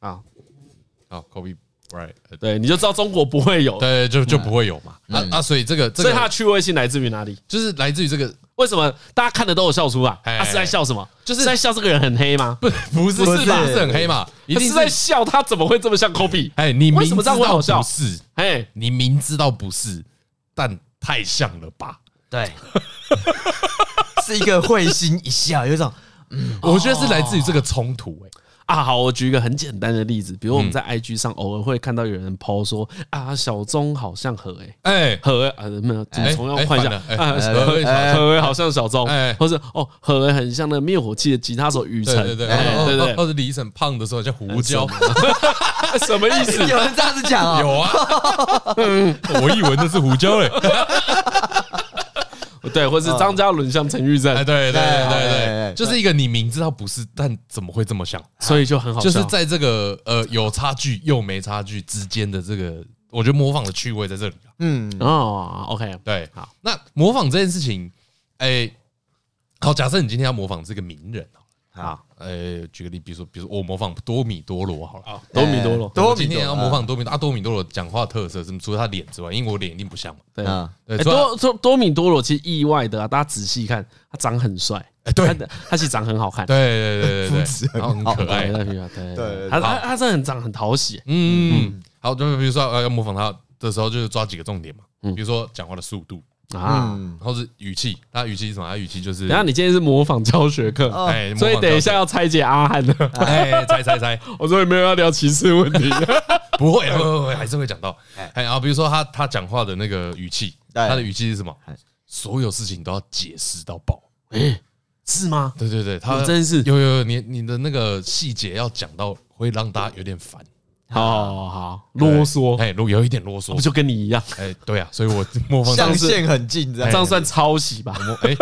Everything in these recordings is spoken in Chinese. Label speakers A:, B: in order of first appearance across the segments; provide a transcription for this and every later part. A: 啊，
B: 好，Kobe 哦 Bryant，呃
C: 对，你就知道中国不会有，
B: 对，就就不会有嘛。啊啊，所以这个这
C: 所以它
B: 个
C: 的趣味性来自于哪里？
B: 就是来自于这个，
C: 为什么大家看的都有笑出来？
B: 哎
C: 他是在笑什么？就是在笑这个人很黑吗？
B: 不不是
A: 不是
B: 吧？是很黑嘛？一
C: 他
B: 定
C: 是
B: 是
C: 在笑他怎么会这么像 Kobe？
B: 哎，你明
C: 为
B: 知
C: 什么这
B: 道
C: 样会好笑
B: 不是，
C: 哎，
B: 你明知道不是，但太像了吧？
A: 对，是一个会心一笑，有一种
B: 我觉得是来自于这个冲突，哎，
C: 啊，好，我举一个很简单的例子，比如我们在 IG 上偶尔会看到有人 PO 说啊，小钟好像何哎
B: 哎，
C: 何哎啊，没有，怎么
B: 哎
C: 重要换一下
B: 哎
C: 啊，
B: 反了哎
C: 何哎
A: 哎
C: 何哎好像小钟
B: 哎，
C: 或者哦何哎很像那灭火器的吉他手雨
B: 对
C: 辰，
B: 对对，
C: 哎
B: 哦
C: 对
B: 哦
C: 对
B: 或者李晨胖的时候叫胡椒，
C: 对， 什么意思？
B: 哎
A: 有人这样子讲哦，
B: 有啊， 我以为那是胡椒哎嘞，
C: 对，或是张嘉伦像陈玉
B: 哎，
C: 正，
B: 对对对对对，
A: 对
B: 就是一个你明知道不是，但怎么会这么像？
C: 所以就很好
B: 就是
C: 笑。
B: 在这个呃有差距又没差距之间的这个，我觉得模仿的趣味在这里啊。
A: 嗯，
C: 哦，OK，
B: 对，
C: 好，
B: 那模仿这件事情，哎，好，假设你今天要模仿这个名人哦，
C: 好，
B: 呃，举个例，比如说，比如说我模仿多米多罗好了，
C: 好，多米多罗，
A: 多
B: 我
A: 米
B: 今天
A: 多
B: 要
A: 罗
B: 模仿多米多啊，多米多罗讲话特色是什么除了他脸之外，因为我脸一定不像嘛。
C: 对。
A: 啊
B: 对，
C: 哎
B: 除了
C: 多多多米多罗其实意外的啊，大家仔细看，他长很帅，
B: 哎对
C: 他的他其实长很好看，
B: 对 对对对
A: 肤质
B: 对，
A: 很
B: 然后很
A: 好
B: 可爱
C: 对，对对对，
A: 对
C: 他他
B: 好
C: 他真的很长很讨喜，
B: 嗯，好，就比如说呃要模仿他的时候，就是抓几个重点嘛，
C: 嗯
B: 比如说讲话的速度，
C: 啊。
A: 嗯，
B: 然后是语气，他语气是什么？他语气就是，
C: 然后你今天是模仿教学课，
A: 哦
B: 哎，
C: 所以
B: 模仿教
C: 等一下要拆解阿汉的。
B: 学，哎，猜 猜猜，
C: 我说有没有要聊歧视问题？
B: 不会，哎不会不会，还是会讲到，哎，然后比如说他他讲话的那个语气，
A: 对
B: 他的语气是什么
A: 哎？
B: 所有事情都要解释到爆。
C: 是吗？
B: 对对对，他
C: 有真是
B: 有有有，你你的那个细节要讲到，会让大家有点烦，
C: 好好好，啰嗦，
B: 哎，如有一点啰嗦
C: 不，就跟你一样？
B: 哎，对啊，所以我模仿
A: 象限很近，这
B: 哎
C: 这
A: 样
C: 样算抄袭吧
B: 模哎、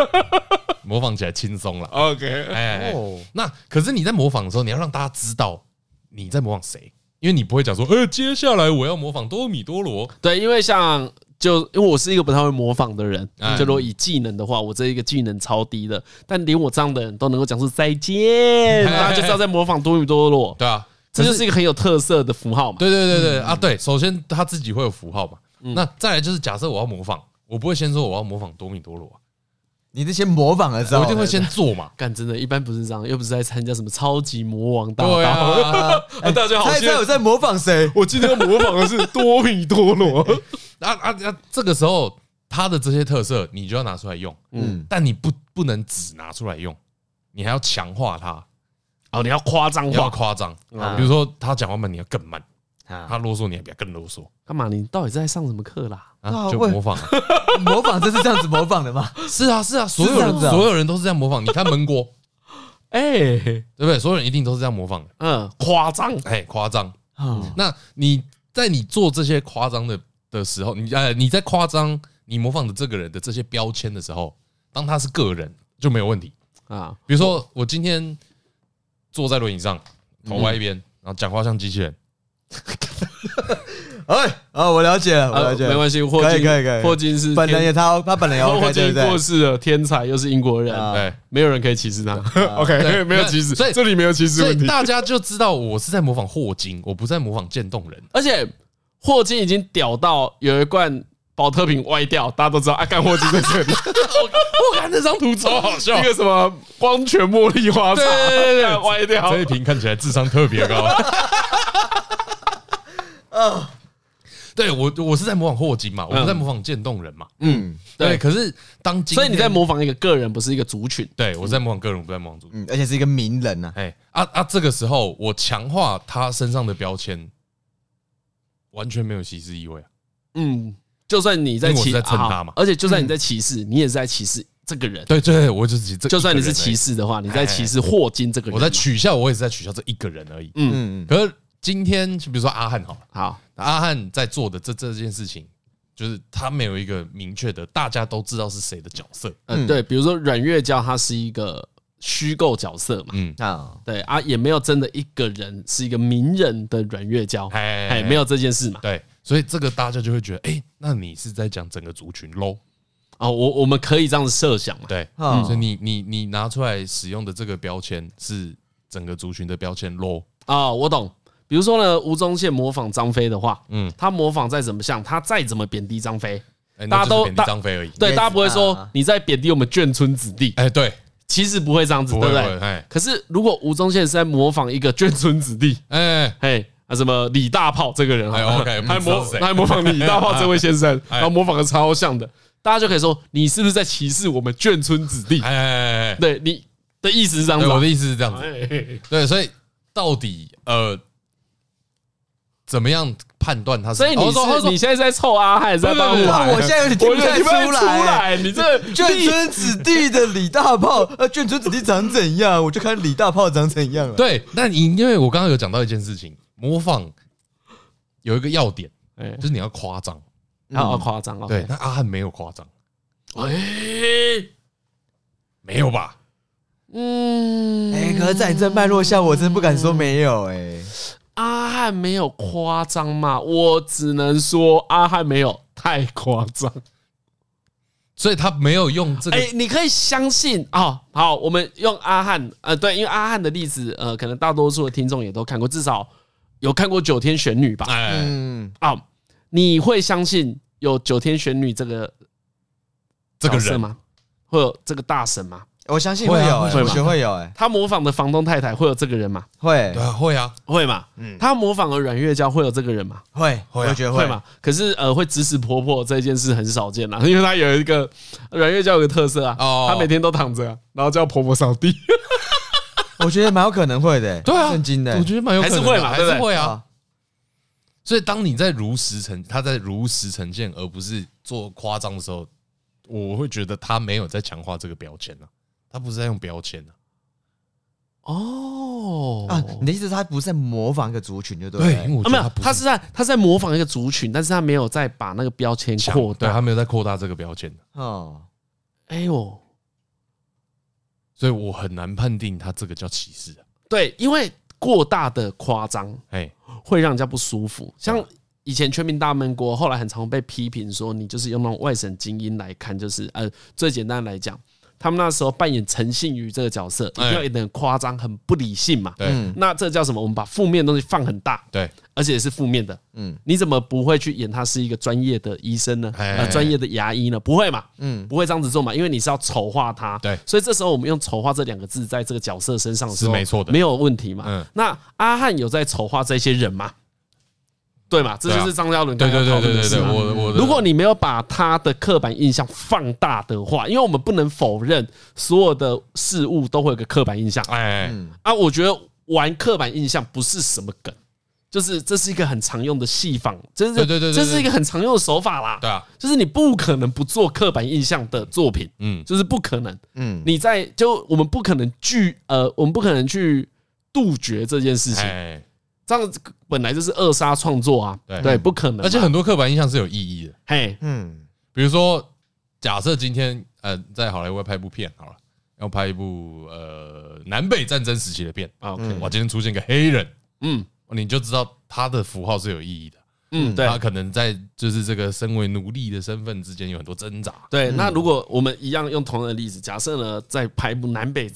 B: 模仿起来轻松了。
C: ？OK，
B: 哎、
A: 哦
B: 那可是你在模仿的时候，你要让大家知道你在模仿谁，因为你不会讲说，呃，接下来我要模仿多米多罗。
C: 对，因为像就因为我是一个不太会模仿的人
B: 嗯，
C: 就如果以技能的话，我这一个技能超低的，但连我这样的人都能够讲出再见，大家就知道在模仿多米多罗，
B: 对啊，
C: 这就是一个很有特色的符号嘛。
B: 对对对对、啊，对，首先他自己会有符号嘛。那再来就是，假设我要模仿，我不会先说我要模仿多米多罗啊、
A: 你那些模仿的时候，
B: 我一定会先做嘛。
C: 干真的，一般不是这样，又不是在参加什么超级魔王大
B: 对
C: 道。
B: 啊，
A: 哎
C: 大家好
A: 猜
C: 现
A: 猜
C: 在
A: 我在模仿谁？
C: 我今天要模仿的是多米多罗，
B: 啊啊啊！这个时候他的这些特色，你就要拿出来用，
A: 嗯，
B: 但你不不能只拿出来用，你还要强化它。
C: 哦，你要夸张化
B: 要夸张，
A: 嗯
B: 比如说他讲话慢，你要更慢；
A: 啊
B: 他啰嗦，你要比他更啰嗦
C: 干嘛？你到底在上什么课啦？
B: 啊，
A: 啊
B: 就
A: 喂
B: 模仿啊。
A: 模仿这是这样子模仿的吗？
B: 是啊，是啊，所有
A: 这样
B: 人
A: 子啊
B: 所有人都是这样模仿。你看门国，
C: 哎、
B: 对不对？所有人一定都是这样模仿的。
C: 嗯，啊夸张，
B: 哎，夸张。
A: 嗯
B: 那你在你做这些夸张的的时候，你呃你在夸张你模仿的这个人的这些标签的时候，当他是个人就没有问题。
C: 啊，
B: 比如说我今天坐在轮椅上，头歪一边，然后讲话像机器人，
A: 哎，哦，我了解了，我了解
C: 呃
A: 了，
C: 没关系，霍
A: 可
C: 金，
A: 以可以可以
C: 霍金是
A: 本人也
C: 天
A: 他他本人也 OK，
C: 霍
A: 对
C: 金
A: 不对
C: 过？世了，天才又是英国人，
A: 啊
B: 对。
C: 没有人可以歧视 他。
B: 对
C: OK，没有歧视，
B: 所以
C: 这里没有歧视
B: 所
C: 问
B: 以
C: 题。
B: 大家就知道我是在模仿霍金，我不在模仿渐冻人。
C: 而且霍金已经屌到有一罐保特瓶歪掉，大家都知 道啊，干霍金在这里。
B: 我看那张图超好笑
C: 一个什么光泉茉莉花茶，
B: 对对对对
C: 干歪掉
B: 这。一瓶看起来智商特别高。 对我我是在模仿霍金嘛，我们在模仿渐冻人嘛。
A: 嗯
B: 嗯对，
C: 对
B: 可是当今天
C: 所以你在模仿一个个人，不是一个族群。
B: 对我是在模仿个人，我不在模仿组织。
A: 嗯，而且是一个名人呐，
B: 哎啊啊！这个时候我强化他身上的标签，完全没有歧视意味啊。
C: 嗯，就算你在
B: 因为我
C: 歧
B: 是在蹭他
C: 啊
B: 嘛嗯
C: 而且就算你在歧视，你也是在歧视这个人。
B: 对对，对我就是这，
C: 就算你是歧，视的话，你在歧视霍金这个人。
B: 哎我在取笑，我也是在取笑这一个人而已。嗯，
A: 嗯，
B: 可是今天就比如说阿汉好了。
C: 好，
B: 阿汉在做的这这件事情，就是他没有一个明确的，大家都知道是谁的角色。
C: 嗯，对，比如说阮月娇，她是一个虚构角色嘛，
B: 嗯，
A: 啊，
C: 对啊，也没有真的一个人是一个名人的阮月娇，
B: 哎
C: 哎，没有这件事嘛。
B: 对，所以这个大家就会觉得，哎、那你是在讲整个族群喽？
C: 哦，我我们可以这样子设想嘛。
B: 对，
A: 嗯
B: 所以你你你拿出来使用的这个标签是整个族群的标签喽？
C: 哦，我懂。比如说呢，吴宗宪模仿张飞的话，
B: 嗯，
C: 他模仿再怎么像，他再怎么贬低张飞，
B: 哎
C: 大家
B: 那就是
C: 都
B: 贬低
C: 大
B: 张飞而已。
C: 对，
A: 也
C: 大家不会说
A: 啊
C: 你在贬低我们眷村子弟，
B: 哎，对，
C: 其实不会这样子，
B: 不
C: 对
B: 会
C: 不
B: 不
C: 对
B: 会，？哎
C: 可是如果吴宗宪是在模仿一个眷村子弟，
B: 哎，
C: 嘿。啊，什么李大炮这个人啊，
B: 哎，OK，
C: 还
B: 不知道
C: 模
B: 是谁
C: 还模仿李大炮这位先生，
B: 哎
C: 然后模仿的超像的，大家就可以说你是不是在歧视我们眷村子弟
B: 哎？哎，哎
C: 对，你的意思是这样
B: 对，
C: 子啊
B: 我的意思是这样子。
C: 哎，
B: 对，所以到底呃，怎么样判断他是？
C: 所以你
B: 哦说哦
C: 是
B: 说
C: 你现在在凑阿汉，还是在帮
B: 不不不
A: 那
C: 我？
A: 我现在有点听
C: 我
A: 不
C: 觉得
A: 太
C: 你不太出来，
A: 出来。
C: 你这
A: 眷村子弟的李大炮，呃，眷村子弟长怎样，我就看李大炮长怎样了。
B: 对，那你因为我刚刚有讲到一件事情，模仿有一个要点，
C: 哎
B: 就是你要夸张。
A: 嗯，
C: 好夸张哦。
B: 对，那阿汉没有夸张，
C: 哎，
B: 没有吧？
C: 嗯，
A: 哎、可是在你这脉络下，我真不敢说没有哎、
C: 阿汉没有夸张嘛，我只能说阿汉没有太夸张。
B: 所以他没有用这个
C: 哎，你可以相信哦。好，我们用阿汉，呃，对，因为阿汉的例子，呃，可能大多数的听众也都看过，至少有看过《九天玄女》吧？
B: 哎，
A: 嗯，
C: 啊，你会相信有九天玄女这个
B: 这个
C: 角色
B: 人
C: 吗？会有这个大神吗？
A: 我相信会有、
B: 会
A: 哎
B: 啊
C: 会
A: 我觉得会有哎、
C: 他模仿的房东太太会有这个人吗？
A: 会
B: 对啊会啊，
C: 会嘛？
A: 嗯
C: 他模仿的阮月娇会有这个人吗？
A: 会
B: 会啊
A: 我觉得
C: 会嘛？可是呃，会指使婆婆这件事很少见啦， 因为她有一个阮月娇有个特色啊，
B: 哦
C: 她每天都躺着啊，然后叫婆婆扫地，
A: 我觉得蛮有可能会的、哎
B: 对啊
A: 震惊的、哎
B: 我觉得蛮有可能
C: 还
B: 的
C: 是会嘛
B: 还
C: 对不
B: 是
C: 对
B: 会啊。，所以当你在如实呈，他在如实呈现，而不是做夸张的时候，我会觉得他没有在强化这个标签啊，他不是在用标签啊。
C: 哦
A: 啊，你的意思是他不是在模仿一个族群，就对了。
B: 对，因为我
C: 啊
B: 觉
C: 没
B: 得
C: 有
B: 他，不
C: 他是在他在模仿一个族群，但是他没有在把那个标签
B: 强
C: 扩
B: 对
C: 大。
B: 他没有在扩大这个标签，
A: 哦，
C: 哎呦，
B: 所以我很难判定他这个叫歧视啊。
C: 对，因为过大的夸张
B: 哎，
C: 会让人家不舒服，像。以前全民大闷锅，后来很常被批评说你就是用那种外省精英来看，就是呃，最简单来讲，他们那时候扮演陈信宇这个角色，一定要演得很夸张、很不理性嘛。
B: 哎对
C: 那这叫什么？我们把负面的东西放很大，
B: 对，
C: 而且是负面的。
A: 嗯
C: 你怎么不会去演他是一个专业的医生呢？
B: 哎
C: 呃，专业的牙医呢？不会嘛？
A: 嗯，
C: 不会这样子做嘛？因为你是要丑化他。
B: 对
C: 所以这时候我们用丑化这两个字在这个角色身上的时候
B: 是没错的
C: 没有问题嘛？
B: 嗯
C: 那阿汉有在丑化这些人吗？对嘛？这就是张嘉伦刚
B: 对
C: 刚
B: 对
C: 讨
B: 对
C: 论
B: 对
C: 的
B: 对
C: 事
B: 对，
C: 嘛。
B: 我我的
C: 如果你没有把他的刻板印象放大的话，因为我们不能否认所有的事物都会有个刻板印象
B: 哎
C: 啊。我觉得玩刻板印象不是什么梗，就是这是一个很常用的戏仿，这是
B: 对对对对
C: 这
B: 对
C: 是一个很常用的手法啦。
B: 对啊，
C: 就是你不可能不做刻板印象的作品，
B: 嗯
C: 就是不可能。
A: 嗯，
C: 你在就我们不可能拒呃，我们不可能去杜绝这件事情，
B: 哎，
C: 这样子本来就是扼杀创作啊，
B: 对
C: 对，不可能嘛。
B: 而且很多刻板印象是有意义的，
C: 嘿，
A: 嗯
B: 比如说假设今天呃在好莱坞要拍一部片好了，要拍一部呃南北战争时期的片，
C: 啊，OK，
A: 嗯
B: 哇，今天出现一个黑人，哦
C: 嗯
B: 你就知道他的符号是有意义的。
C: 嗯，对
B: 他可能在就是这个身为奴隶的身份之间有很多挣扎。
C: 对。那如果我们一样用同样的例子，假设呢，在拍一部南北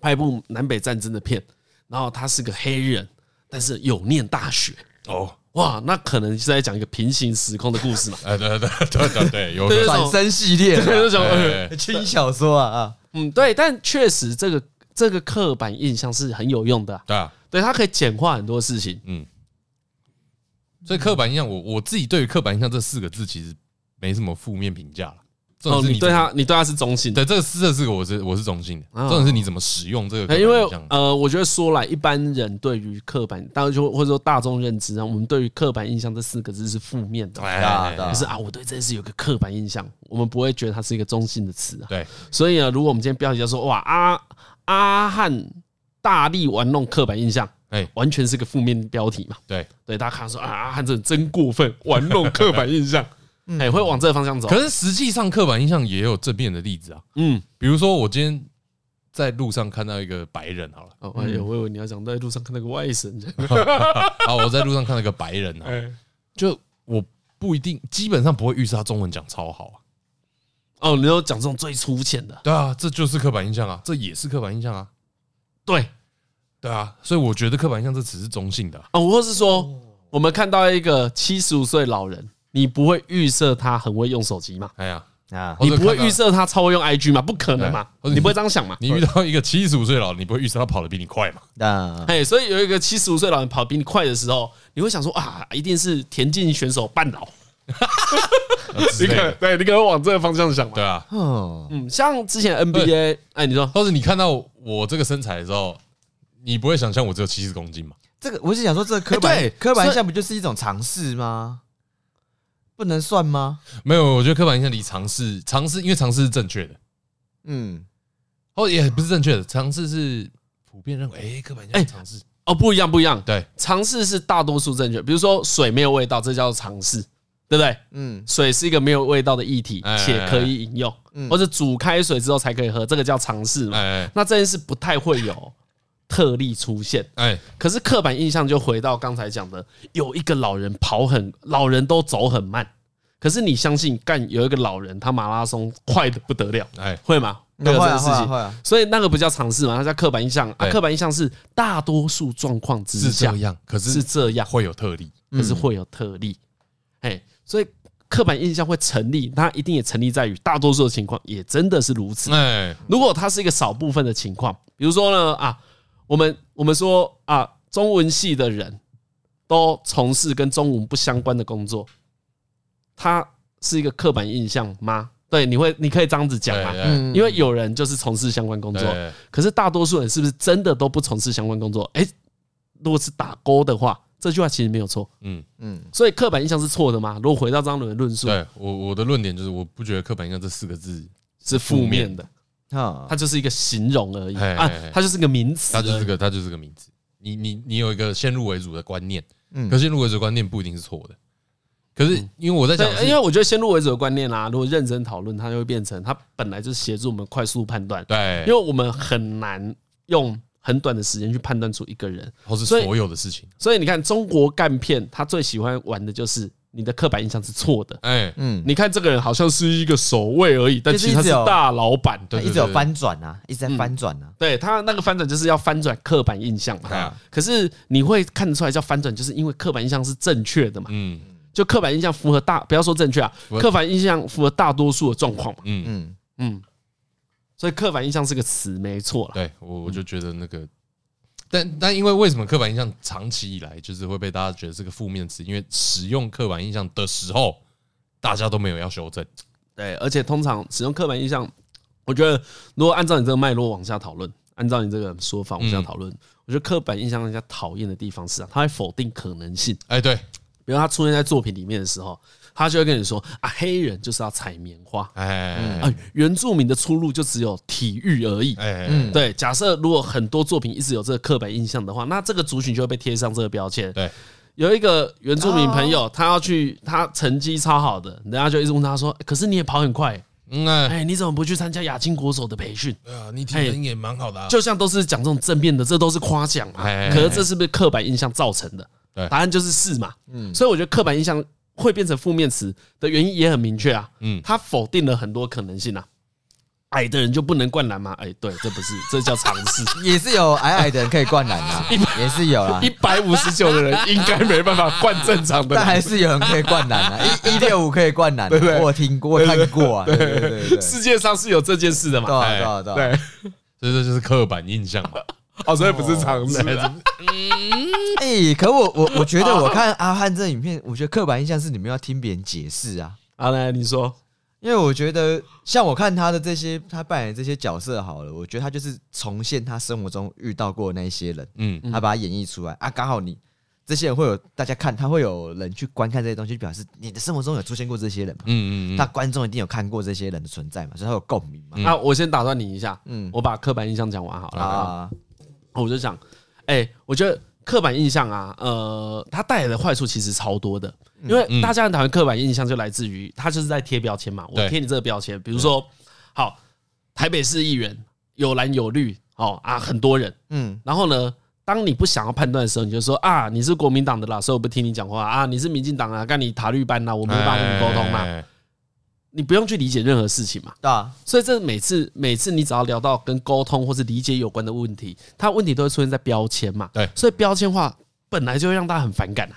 C: 拍一部南北战争的片，然后他是个黑人，但是有念大学，
B: 哦，
C: 哇，那可能是在讲一个平行时空的故事嘛。
B: 哎，对对对对对，有可
C: 对
B: 能。
A: 转身系列
C: 对， 就想，
A: 啦，
C: 呃
B: 哎
A: 轻小说啊啊，
C: 嗯，对，但确实这个这个刻板印象是很有用的啊、
B: 对啊，
C: 对，它可以简化很多事情。
B: 嗯。所以刻板印象，我我自己对于刻板印象这四个字其实没什么负面评价了。重
C: 哦
B: 嗯点，是
C: 你
B: 怎
C: 对
B: 么
C: 它，你对它是中性的，
B: 对这个四个字，我是我是中性的。
C: 哦
B: 重点是你怎么使用这个刻板
C: 因为
B: 印象。
C: 呃，我觉得说来，一般人对于刻板，当然就或者说大众认知啊，我们对于刻板印象这四个字是负面的。
B: 哎
A: 大
B: 哎
A: 大
B: 哎
C: 可是啊，我对这件事有个刻板印象，我们不会觉得它是一个中性的词啊。
B: 对，
C: 所以呢，如果我们今天标题叫说“哇阿阿汉大力玩弄刻板印象”，
B: 哎
C: 完全是个负面标题嘛。
B: 对。
C: 对，大家看到说啊，阿汉这人真过分， 玩弄刻板印象，哎，会往这个方向走。
B: 可是实际上刻板印象也有正面的例子啊，
C: 嗯，
B: 比如说我今天在路上看到一个白人，好了，
C: 哦，哎呦，我以为你要讲在路上看那个外省人，
B: 啊，我在路上看到一个白人啊，
C: 哎，
B: 就我不一定，基本上不会预示他中文讲超好啊。
C: 哦，你要讲这种最粗浅的，
B: 对啊，这就是刻板印象啊，这也是刻板印象啊。
C: 对，
B: 对啊，所以我觉得刻板印象这只是中性的啊、
C: 哦，或是说我们看到一个七十五岁老人，你不会预设他很会用手机嘛？
B: 哎呀，
A: 啊，
B: 或
C: 你
B: 者
C: 不会
B: 看到
C: 预设他超会用 IG 嘛？不可能嘛？
B: 对
C: 你不会这样想嘛？
B: 你遇到一个七十五岁老人，你不会预测他跑得比你快 嘛？
A: 那
C: 哎，所以有一个七十五岁老人跑比你快的时候，你会想说啊，一定是田径选手半老，
B: 啊之类的
C: 对，你可能往这个方向想嘛
B: 对啊，
A: 哦，
C: 嗯，像之前 NBA，哎，你说
B: 或者你看到我这个身材的时候，你不会想象我只有七十公斤嘛？
A: 这个我是想说，这个刻板
B: 哎对
A: 刻板印象不就是一种尝试吗？不能算吗？
B: 没有，我觉得刻板印象里尝试尝试，因为尝试是正确的，
A: 嗯，
B: 哦，也不是正确的，尝试是普遍认为，哎、刻板印象
C: 哎
B: 是尝试，
C: 哦，不一样，不一样，
B: 对，
C: 尝试是大多数正确，比如说水没有味道，这叫做尝试，对不对？
A: 嗯，
C: 水是一个没有味道的液体
B: 哎，
C: 且可以饮用，
A: 嗯
C: 或者煮开水之后才可以喝，这个叫尝试嘛。
B: 哎
C: 那这件事不太会有特例出现，
B: 哎
C: 可是刻板印象就回到刚才讲的，有一个老人跑很，老人都走很慢，可是你相信干有一个老人他马拉松快的不得了，
B: 哎，
C: 会吗？会
A: 那
C: 有这
A: 会
C: 个
A: 啊
C: 事
A: 会啊
C: 情
A: 会啊，
C: 所以那个不叫尝试嘛，它叫刻板印象啊。
B: 对
C: 刻板印象是大多数状况之
B: 是这
C: 下
B: 样，可是
C: 是这样，
B: 会有特例，
C: 可是会有特例。
A: 嗯
C: 哎，所以刻板印象会成立，它一定也成立在于大多数的情况也真的是如此。
B: 哎
C: 如果它是一个少部分的情况，比如说呢啊，我们我们说啊，中文系的人都从事跟中文不相关的工作，它是一个刻板印象吗？对，你会你可以这样子讲嘛
B: 对，对
A: 嗯，
C: 因为有人就是从事相关工作，
B: 对
C: 可是大多数人是不是真的都不从事相关工作？哎、如果是打勾的话，这句话其实没有错。
B: 嗯，
A: 嗯，
C: 所以刻板印象是错的吗？如果回到张伦的论述，
B: 对我我的论点就是，我不觉得刻板印象这四个字，
C: 是负面的，
A: 哈
C: 它，就是一个形容而已
B: 哎
C: 啊
B: 哎哎，
C: 它就是个名词
B: 它
C: 而
B: 就是
C: 已。
B: 个它就是个名字。你你你有一个先入为主的观念，
A: 嗯
B: 可是先入为主的观念不一定是错的。可是因为我在讲的是，
C: 嗯对，因为我觉得先入为主的观念啦、如果认真讨论，它就会变成它本来就是协助我们快速判断，
B: 对，
C: 因为我们很难用很短的时间去判断出一个人。
B: 或是
C: 所以
B: 所有的事情，
C: 所以你看，中国干片他最喜欢玩的就是你的刻板印象是错的，
B: 哎，
A: 嗯，
C: 你看这个人好像是一个守卫而已，但
A: 就是
C: 其实他是
A: 一直有
C: 大老板。
A: 它
B: 对，
A: 一直
B: 对
A: 有
B: 对
A: 翻转啊，一直在翻转啊，
C: 对他那个翻转就是要翻转刻板印象
B: 对
C: 嘛
B: 啊。
C: 可是你会看得出来叫翻转，就是因为刻板印象是正确的嘛。
B: 嗯
C: 就刻板印象符合大，不要说正确啊，
B: 符合
C: 刻板印象符合大多数的状况嘛。
B: 嗯，
A: 嗯，
C: 嗯，所以刻板印象是个词，没错啦。
B: 对我我就觉得那个，但但因为为什么刻板印象长期以来就是会被大家觉得是个负面词？因为使用刻板印象的时候，大家都没有要修正，
C: 对，而且通常使用刻板印象，我觉得如果按照你这个脉络往下讨论，按照你这个说法往下讨论，我觉得刻板印象让人家讨厌的地方是啊，它会否定可能性。
B: 哎，对，
C: 比如他出现在作品里面的时候，他就会跟你说啊，黑人就是要采棉花
B: 哎
C: 啊，原住民的出路就只有体育而已。
B: 哎，嗯
A: 嗯，
C: 对，假设如果很多作品一直有这个刻板印象的话，那这个族群就会被贴上这个标签。
B: 对，
C: 有一个原住民朋友，他要去，他成绩超好的，人家就一直问他说：“哎可是你也跑很快，
B: 嗯哎，
C: 哎，你怎么不去参加亚青国手的培训
B: 对啊，你体
C: 哎
B: 能也蛮好的啊？”，
C: 就像都是讲这种正面的，这都是夸奖嘛。
B: 哎
C: 可是这是不是刻板印象造成的？
B: 对
C: 答案就是是嘛。所以我觉得刻板印象会变成负面词的原因也很明确啊。
B: 嗯
C: 它否定了很多可能性啊。矮的人就不能灌篮吗？哎，对，这不 是，这叫尝试。
A: 也是有矮矮的人可以灌篮 啊，也是有 啦
C: 一，百五十九的人应该没办法灌正常的
A: 但还
C: 篮。
A: 是有人可以灌篮啊， 一一六五可以灌篮啊，我听过我看过啊，对对对 对对，
C: 世界上是有这件事的
A: 对
C: 嘛？
A: 啊对啊对啊，
C: 对，
B: 所以这就是刻板印象嘛。
C: 哦，所以不是尝试啊。
A: 哎、可我我我觉得我看阿汉这影片，我觉得刻板印象是你们要听别人解释啊，
C: 好，来你说，
A: 因为我觉得像我看他的这些他扮演这些角色好了，我觉得他就是重现他生活中遇到过的那一些人，
B: 嗯，
A: 他把它演绎出来啊，刚好你这些人会有大家看，他会有人去观看这些东西，表示你的生活中有出现过这些人嘛，
B: 嗯嗯
A: 那观众一定有看过这些人的存在嘛，所以他有共鸣嘛，
C: 那啊我先打断你一下，
A: 嗯
C: 我把刻板印象讲嗯完好了。
A: 啊，
C: 我就想，哎、我觉得刻板印象啊，呃，它带来的坏处其实超多的，因为大家很讨厌刻板印象，就来自于它就是在贴标签嘛。我
B: 对
C: 贴你这个标签，比如说，好，台北市议员有蓝有绿，哦啊，很多人。
A: 嗯
C: 然后呢，当你不想要判断的时候，你就说啊，你是国民党的啦，所以我不听你讲话啊，你是民进党啊，干你塔绿班啦，我
B: 我
C: 没办法跟你沟通嘛。
B: 嘛。
C: 你不用去理解任何事情嘛。
A: 对啊，
C: 所以这每次每次你只要聊到跟沟通或是理解有关的问题，它问题都会出现在标签嘛。
B: 对
C: 所以标签化本来就会让大家很反感啊，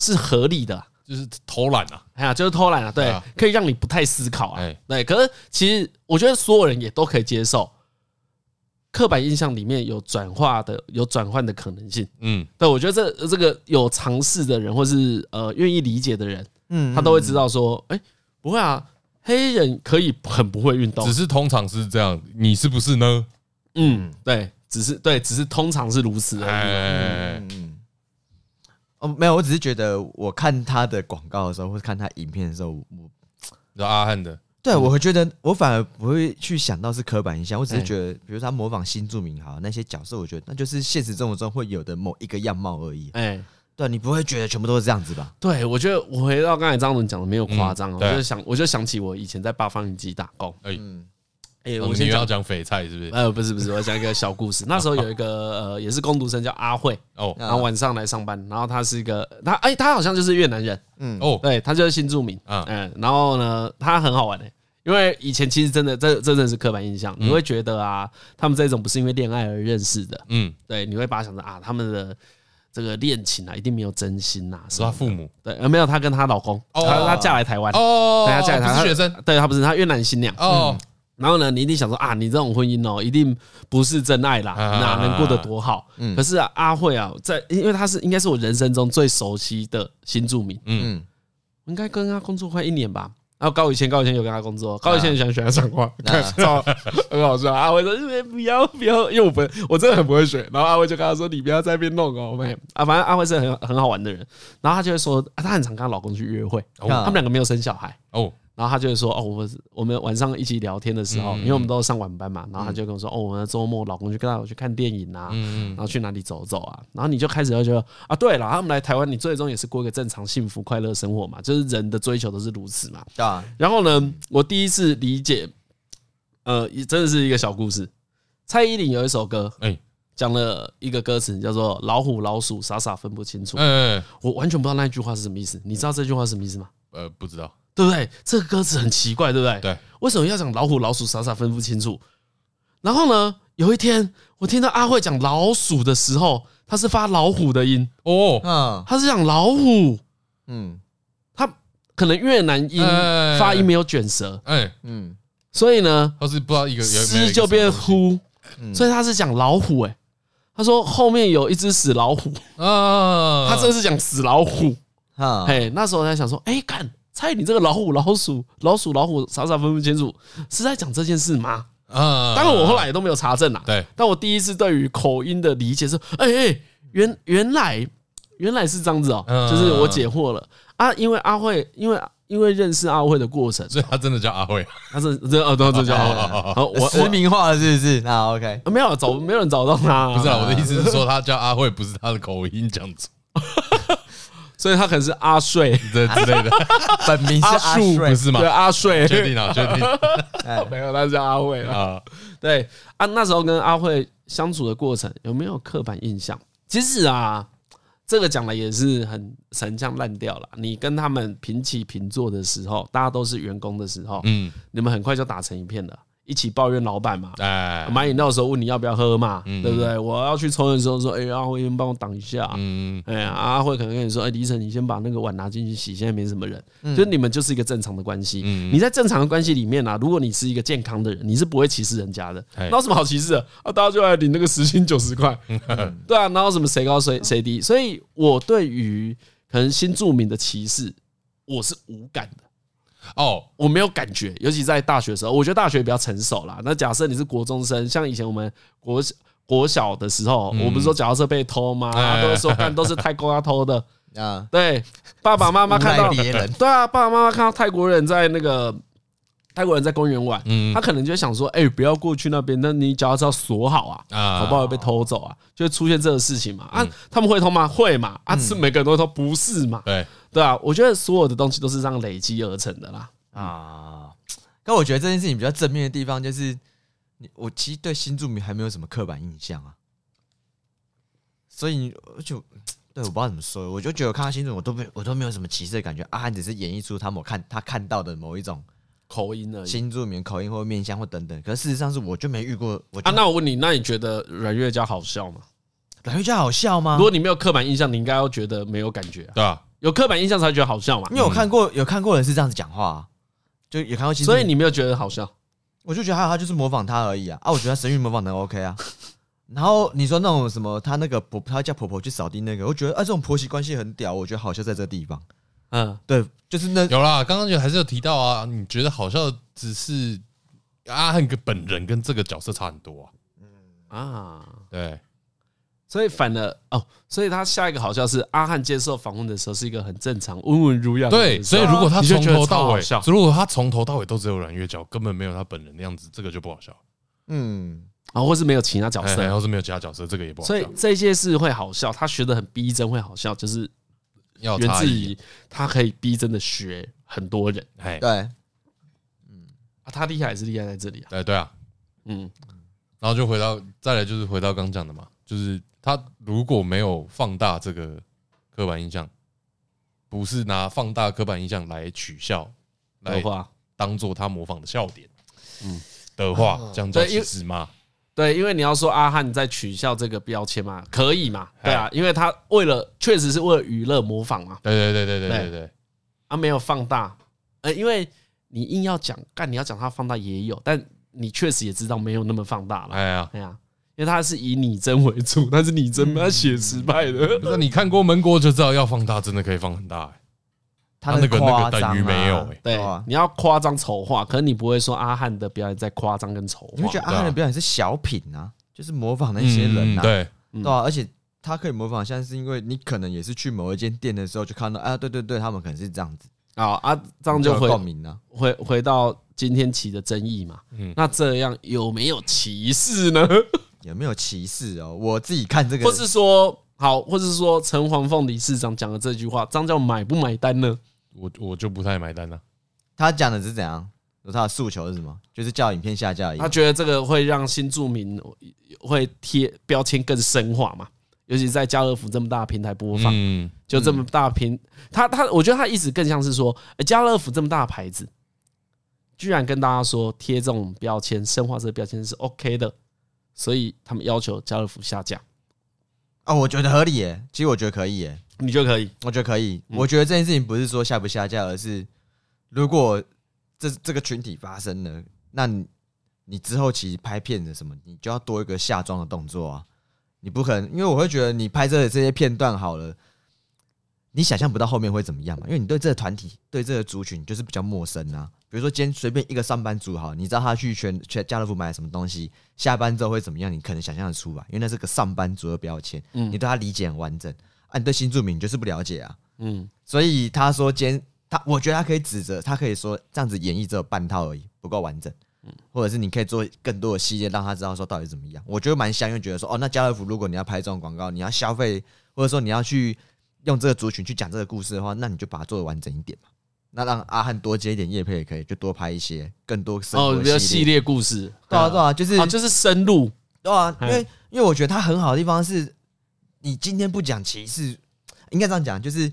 C: 是合理的啊。
B: 就是偷懒啊，
C: 哎呀，就是偷懒啊，对，
B: 对啊
C: 可以让你不太思考啊
B: 哎，
C: 对。可是其实我觉得所有人也都可以接受，刻板印象里面有转化的，有转换的可能性。
B: 嗯，
C: 对，我觉得这这个有尝试的人，或是呃愿意理解的人，
A: 嗯
C: 他都会知道说，
B: 嗯
C: 哎、不会啊，黑人可以很不会运动
B: 只，是通常是这样，你是不是呢？
C: 嗯，对，只是对，只是通常是如此而已。
B: 哎，
A: 嗯，哦，没有，我只是觉得我看他的广告的时候，或者看他影片的时候，我
B: 你知道阿汉的，
C: 嗯
A: 对我会觉得我反而不会去想到是刻板印象，我只是
C: 哎
A: 觉得，比如他模仿新著名好那些角色，我觉得那就是现实生活中会有的某一个样貌而已。
C: 哎、
A: 对，啊你不会觉得全部都是这样子吧？
C: 对我觉得我回到刚才张伦讲的没有夸张、哦，
B: 嗯对
C: 我就想我就想起我以前在八方云集打工，
B: 哎，
C: 哎、
B: 我
C: 我
B: 们
C: 先
B: 又
C: 讲
B: 要讲翡翠是不是？
C: 呃，不是不是，我讲一个小故事。那时候有一个 呃，也是工读生叫阿慧，
B: 哦
C: 然后晚上来上班，然后他是一个
B: 啊
C: 他哎、他好像就是越南人，
B: 哦，
C: 对他就是新住民，
B: 嗯
C: 嗯，然后呢，他很好玩的、因为以前其实真的这这真的是刻板印象，
B: 嗯
C: 你会觉得啊，他们这种不是因为恋爱而认识的，
B: 嗯，
C: 对，你会把他想着啊，他们的这个恋情啊，一定没有真心呐、
B: 是
C: 是
B: 他
C: 吧？
B: 父母
C: 对，呃，没有，她跟她老公，她
B: 哦
C: 她嫁来台湾，
B: 哦
C: 对，她嫁来台
B: 不
C: 湾，
B: 是学生
C: 她对，她不是，她越南新娘，
B: 哦，
C: 然后呢，你一定想说啊，你这种婚姻哦，一定不是真爱啦，
B: 啊嗯
C: 哪能过得多好？可是啊，阿慧啊，在因为她是应该是我人生中最熟悉的新住民，
B: 嗯
A: 嗯，
C: 我应该跟她工作快一年吧。然后高以前，高以前有跟她工作，高以前很喜欢学她讲话，看超很好笑。阿慧说：“哎不要不要，因为我不 我真的很不会学。”然后阿慧就跟她说：“你不要在那边弄哦，妹啊，反正阿慧是很很好玩的人。”然后她就会说：“啊，她很常跟她老公去约会，
A: 嗯
B: 哦
A: 啊
C: 他们两个没有生小孩。”
B: 哦，
C: 然后他就会说：“哦，我们我们晚上一起聊天的时候，因为我们都上晚班嘛，然后他就跟我说：‘哦，我们的周末老公就跟他去看电影啊，然后去哪里走走啊。’然后你就开始要觉得啊，对了，他们来台湾，你最终也是过一个正常、幸福、快乐生活嘛，就是人的追求都是如此嘛。
A: 对啊，
C: 然后呢，我第一次理解，呃，也真的是一个小故事。蔡依林有一首歌
B: 哎，
C: 讲了一个歌词，叫做‘老虎老鼠傻傻分不清楚’，
B: 哎，
C: 我完全不知道那句话是什么意思。你知道这句话是什么意思吗？
B: 呃，不知道，
C: 对不对？这个歌词很奇怪，对不对？
B: 对，
C: 为什么要讲老虎老鼠傻傻分不清楚？然后呢，有一天我听到阿慧讲老鼠的时候，他是发老虎的音，
B: 哦，
A: 嗯
C: 他是讲老虎，
A: 嗯
C: 他可能越南音
B: 哎
C: 发音没有卷舌，
B: 哎，
A: 嗯，
C: 所以呢，
B: 他是不知道一个有没有一
C: 诗
B: 个
C: 就变
B: 什么东西
C: 呼，
A: 嗯
C: 所以他是讲老虎、欸。他说后面有一只死老虎，
B: 嗯啊，
C: 他真的是讲死老虎。
A: 哈，
C: 嘿，那时候我在想说，哎，干蔡你这个老虎老鼠老鼠老虎傻傻分不清楚，是在讲这件事吗？
B: 啊，
C: 当然我后来也都没有查证啦。
B: 对，
C: 但我第一次对于口音的理解是，哎、哎、原原来原来是这样子哦、
B: 嗯
C: 就是我解惑了啊，因为阿慧，因为因为认识阿慧的过程，
B: 所以他真的叫阿慧，啊
C: 他是这哦，对，这叫阿慧。然后我
A: 实名化了是不是？那 OK，
C: 我没有找，没有人找到他，
B: 不是啊啦，我的意思是说他叫阿慧，不是他的口音讲错
C: 所以他可能是阿睡，
B: 这之 类的，
A: 本名是阿
C: 树
A: 瑞
B: 不，是吗
C: 对，？阿睡，
B: 确定啊，确定
C: 没有，他是阿慧啦。
B: 啊，
C: 对啊，那时候跟阿慧相处的过程有没有刻板印象？其实啊，这个讲来也是很神像烂掉了。你跟他们平起平坐的时候，大家都是员工的时候，
B: 嗯，
C: 你们很快就打成一片了，一起抱怨老板嘛。
B: 哎，
C: 买饮料的时候问你要不要喝嘛，对不对？我要去抽烟的时候说，哎、阿慧，你帮我挡一下。
B: 嗯，
C: 哎呀，阿慧可能跟你说，哎、李晨，你先把那个碗拿进去洗，现在没什么人。就是你们就是一个正常的关系。你在正常的关系里面啊，如果你是一个健康的人，你是不会歧视人家的。
B: 哎
C: 哪有什么好歧视的？啊，大家就来领那个时薪九十块，对啊，哪有什么谁高谁谁低？所以我对于可能新著名的歧视，我是无感的。
B: 哦，
C: 我没有感觉，尤其在大学的时候，我觉得大学比较成熟啦。那假设你是国中生，像以前我们国小国小的时候，我不是说脚踏车被偷吗？
B: 哎
C: 都是说干都是泰国要偷的。
A: 啊，
C: 对，爸爸妈妈看到
A: 无赖别人
C: 对啊，爸爸妈妈看到泰国人在那个泰国人在公园玩，
B: 嗯
C: 他可能就会想说，哎，不要过去那边，那你脚踏车要锁好啊。
B: 啊，
C: 好不好会被偷走啊？就会出现这个事情嘛？
A: 嗯
C: 啊，他们会偷吗？会嘛？啊，是每个人都会偷，不是嘛？
B: 对，
C: 对啊，我觉得所有的东西都是这样累积而成的啦。
A: 啊。但我觉得这件事情比较正面的地方就是，你我其实对新住民还没有什么刻板印象啊，所以你我就对我不知道怎么说，我就觉得我看到新住民，我都没我都没有什么歧视的感觉啊，他只是演绎出他们我看他看到的某一种
C: 口音而已。
A: 新住民口音或面相或等等，可是事实上是我就没遇过。我
C: 啊，那我问你，那你觉得阮月娇好笑吗？
A: 阮月娇好笑吗
C: 如？果你没有刻板印象，你应该要觉得没有感觉啊、
B: 对啊，
C: 有刻板印象才觉得好笑嘛
A: 因。为我看过有看过人是这样子讲话、啊，就有看过新住
C: 所
A: 民，
C: 以你没有觉得好笑，
A: 我就觉得还有他就是模仿他而已啊啊！我觉得他神韵模仿的 OK 啊。 然后你说那种什么，他那个婆他叫婆婆去扫地那个，我觉得啊这种婆媳关系很屌，我觉得好笑在这地方。
C: 嗯，
A: 对，就是那
B: 有啦，刚刚就还是有提到啊，你觉得好笑的只是阿汉跟本人跟这个角色差很多啊，
C: 啊，
B: 对，
C: 所以反而哦，所以他下一个好笑是阿汉接受访问的时候是一个很正常、温文儒雅的
B: 对，
C: 人设。
B: 所以如果他
C: 啊你就
B: 从
C: 觉得
B: 头
C: 超
B: 到
C: 好
B: 尾
C: 笑，
B: 如果他从头到尾都只有阮月娇，根本没有他本人的样子，这个就不好笑。
A: 嗯，
C: 啊，或是没有其他角
B: 哎
C: 色，
B: 然后是没有其他角色，这个也不好
C: 所以
B: 笑。
C: 这些事会好笑。他学的很逼真会好笑，就是
B: 要有
C: 源
B: 哦差
C: 自
B: 异
C: 于他可以逼真的学很多人
B: 哎，
A: 对，
C: 啊，他厉害也是厉害在这里啊。
B: 对对啊，
C: 嗯，
B: 然后就回到再来就是回到刚讲的嘛，就是他如果没有放大这个刻板印象，不是拿放大刻板印象来取笑，
C: 的
B: 来
C: 话，
B: 当做他模仿的笑点，嗯的话，这样叫
C: 对因
B: 歧
C: 为
B: 视吗？
C: 对，因为你要说阿汉在取笑这个标签嘛，可以嘛？
B: 哎
C: 对啊，因为他为了确实是为了娱乐模仿嘛，
B: 对对对对对对对，
C: 啊，没有放大，呃，因为你硬要讲，干你要讲他放大也有，但你确实也知道没有那么放大了，
B: 哎呀，
C: 哎呀，因为他是以拟真为主，但是拟
A: 嗯
C: 真他写实派的，
B: 那你看过《门国》就知道，要放大真的可以放很大，哎
A: 他
B: 那个那
A: 夸
B: 个
A: 张、啊、
B: 等于没有哎，
C: 对
A: 啊，
C: 你要夸张丑化，可是你不会说阿汉的表演在夸张跟丑
A: 你会
C: 化
A: 觉，得阿汉的表演是小品啊，就是模仿那
B: 嗯
A: 些人啊，
B: 对，
A: 对啊，而且他可以模仿，像是因为你可能也是去某一间店的时候就看到，啊，对对对，他们可能是这样子，
C: 啊啊，这样就
A: 有
C: 回
A: 共鸣啊。
C: 回回到今天起的争议嘛，
B: 嗯
C: 那这样有没有歧视 呢？
A: 有没有歧视哦？我自己看这个，
C: 或是说好，或是说陈黄凤理事长讲的这句话，张教买不买单呢？
B: 我我就不太买单了。
A: 他讲的是怎样？有他的诉求是什么？就是叫影片下架而已
C: 他。觉得这个会让新住民会贴标签更深化嘛，尤其在家乐福这么大的平台播放，
B: 嗯，
C: 就这么大的平，他他我觉得他意思更像是说，诶家乐福这么大的牌子，居然跟大家说贴这种标签，深化这个标签是 OK 的，所以他们要求家乐福下架，
A: 哦，我觉得合理耶，其实我觉得可以耶，
C: 你就可以。
A: 我觉得可以。我觉得这件事情不是说下不下架，而是如果这这个群体发生了，那你你之后其实拍片子什么，你就要多一个下妆的动作啊。你不可能，因为我会觉得你拍摄的这些片段好了，你想象不到后面会怎么样嘛，因为你对这个团体、对这个族群就是比较陌生啊。比如说今天随便一个上班族好，你知道他去全全家乐福买了什么东西，下班之后会怎么样，你可能想象得出来，因为那是个上班族的标签，
C: 嗯
A: 你对他理解很完整。啊，你对新住民你就是不了解啊，
C: 嗯，
A: 所以他说今天他，我觉得他可以指责，他可以说这样子演绎只有半套而已，不够完整。
C: 嗯
A: 或者是你可以做更多的系列，让他知道说到底怎么样。我觉得蛮香，因为觉得说哦，那家乐福如果你要拍这种广告，你要消费或者说你要去用这个族群去讲这个故事的话，那你就把它做的完整一点嘛。那让阿汉多接一点叶配也可以，就多拍一些更多生活
C: 哦，比较
A: 的
C: 系
A: 系列。
C: 列故事，
A: 对啊，对啊，就是
C: 啊，就是深入，
A: 对啊，因
C: 嗯
A: 为因为我觉得他很好的地方是，你今天不讲歧视，应该这样讲，就是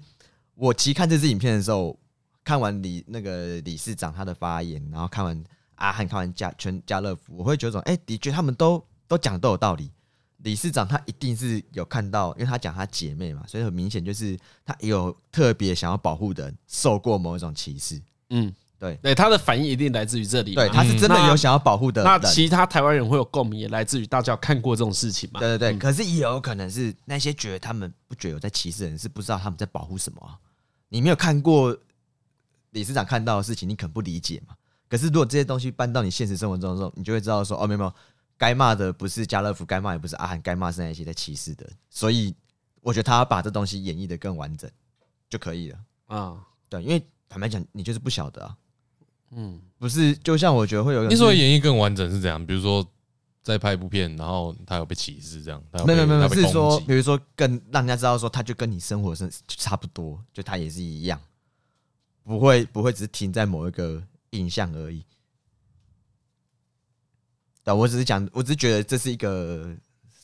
A: 我其实看这支影片的时候，看完李那个理事长他的发言，然后看完阿汉，看完家全家乐福，我会觉得说，哎、的确他们都都讲得都有道理。理事长他一定是有看到，因为他讲他姐妹嘛，所以很明显就是他也有特别想要保护的人受过某一种歧视，
C: 嗯，
A: 对
C: 对，他的反应一定来自于这里嘛。
A: 对，他是真的
C: 嗯那
A: 有想要保护的人。
C: 那其他台湾人会有共鸣，也来自于大家有看过这种事情嘛。
A: 对对对，可是也有可能是那些觉得他们不觉得有在歧视的人，是不知道他们在保护什么啊、你没有看过理事长看到的事情，你可能不理解嘛。可是如果这些东西搬到你现实生活中的时候，你就会知道说，哦，没有没有，该骂的不是家乐福，该骂也不是阿汉，该骂是那些在歧视的人。所以我觉得他要把这东西演绎的更完整就可以了。
C: 啊，
A: 对，因为坦白讲，你就是不晓得啊，
C: 嗯，
A: 不是？就像我觉得会有人
B: 你
A: 是
B: 所谓演绎更完整是怎样？比如说在拍一部片，然后他有被歧视这样，他
A: 没
B: 被
A: 有没有没
B: 他被
A: 有，是
B: 攻
A: 说，
B: 击
A: 比如说更让人家知道说，他就跟你生活是差不多，就他也是一样，不会不会只停在某一个印象而已。对，啊我只是讲，我只是觉得这是一个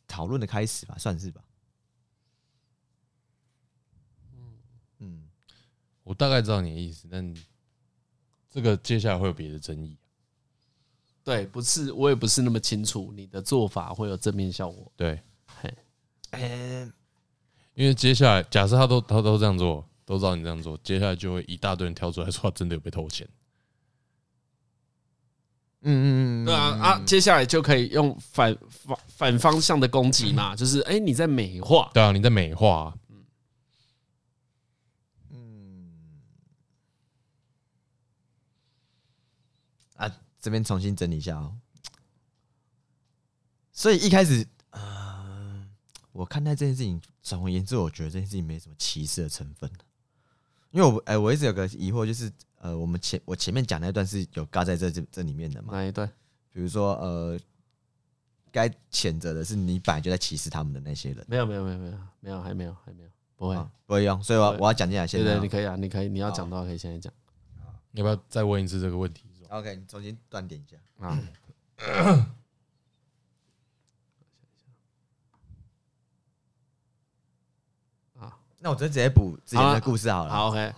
A: 讨论的开始吧，算是吧。嗯，
B: 我大概知道你的意思，但这个接下来会有别的争议。啊
C: 对，不是，我也不是那么清楚你的做法会有正面效果。
B: 对，
A: 嗯，
B: 因为接下来假设他都他都这样做，都知道你这样做，接下来就会一大堆人跳出来说他真的有被偷钱。
A: 嗯嗯嗯，
C: 对啊啊，接下来就可以用反反反方向的攻击 嘛，就是哎、你在美化，
B: 对啊，你在美化、啊，
A: 啊，这边重新整理一下哦。所以一开始，呃，我看待这件事情，总而言之，我觉得这件事情没什么歧视的成分。因为我哎、我一直有个疑惑，就是呃，我们前我前面讲那段是有尬在这这这里面的嘛？
C: 哪一段？
A: 比如说呃，该谴责的是你本来就在歧视他们的那些人，
C: 没有没有没有没有没有还没有还没有不会，
A: 啊不会用，所以我要我要讲进来
C: 对
A: 现在
C: 对，
A: 哦。
C: 你可以啊，你可以，你要讲到可以现在讲
B: 要不要再问一次这个问题？
A: OK，你重新断点一下。
C: 啊。
A: 那我就直接补之前
C: 好
A: 的
C: 啊
A: 故事好了。
C: 好，OK，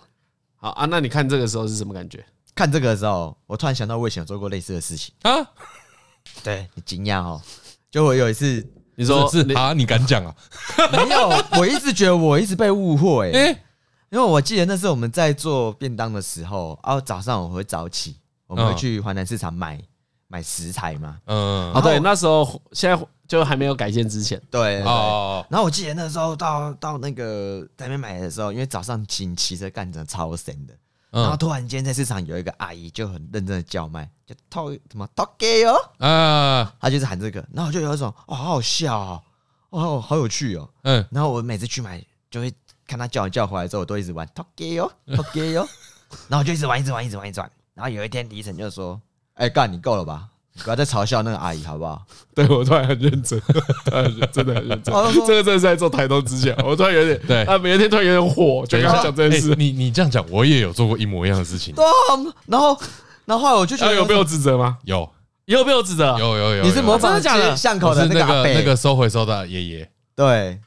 C: 好啊，那你看这个时候是什么感觉？
A: 看这个的时候，我突然想到我以前有做过类似的事情。
B: 啊，
A: 对你惊讶哦？就我有 一次
C: 你
B: 说
C: 说
B: 是
C: 你
B: 啊，你敢讲啊？
A: 没有，我一直觉得我一直被误会、
B: 哎、
A: 因为我记得那是我们在做便当的时候，啊，早上我会早起，我们会去华南市场买买食材嘛。
B: 嗯，
C: 哦，对，
A: 然后
C: 那时候现在就还没有改建之前，
A: 对对对
B: 哦，
A: 然后我记得那时候到到那个在那边买的时候，因为早上骑骑车干着超神的，然后
B: 嗯
A: 突然间在市场有一个阿姨就很认真的叫卖，就套什么套给哦，
B: 啊，
A: 她就是喊这个，然后我就有一种哦好好笑哦，哦好好有趣哦，
B: 嗯，
A: 然后我每次去买，就会看他叫你叫回来之后，我都一直玩 t o k y o t o k y o 然后我就一直玩，一直玩，一直玩，一直玩。然后有一天，李晨就说：“哎、干，你够了吧？你不要再嘲笑那个阿姨好不好
C: 对我突然很认真， 突然很认真的很认真
A: 哦
C: 这个真的是在做台东之前，我突然有点
B: 对
C: 啊，每天突然有点火，就
B: 等
C: 跟
B: 一下
C: 他讲这件事
B: 哎，你你这样讲，我也有做过一模一样的事情？”，
A: 对啊。然后，然后后来我就觉
C: 啊，
A: 得
C: 有被我指责吗？
B: 有
C: 有被我指责？
B: 有有有，
A: 你是
B: 有
A: 模仿
C: 真的假的
A: 街巷口
B: 我
A: 的
B: 是
A: 那个
B: 那
A: 阿
B: 个
A: 伯，
B: 那个收回收的爷爷，
A: 对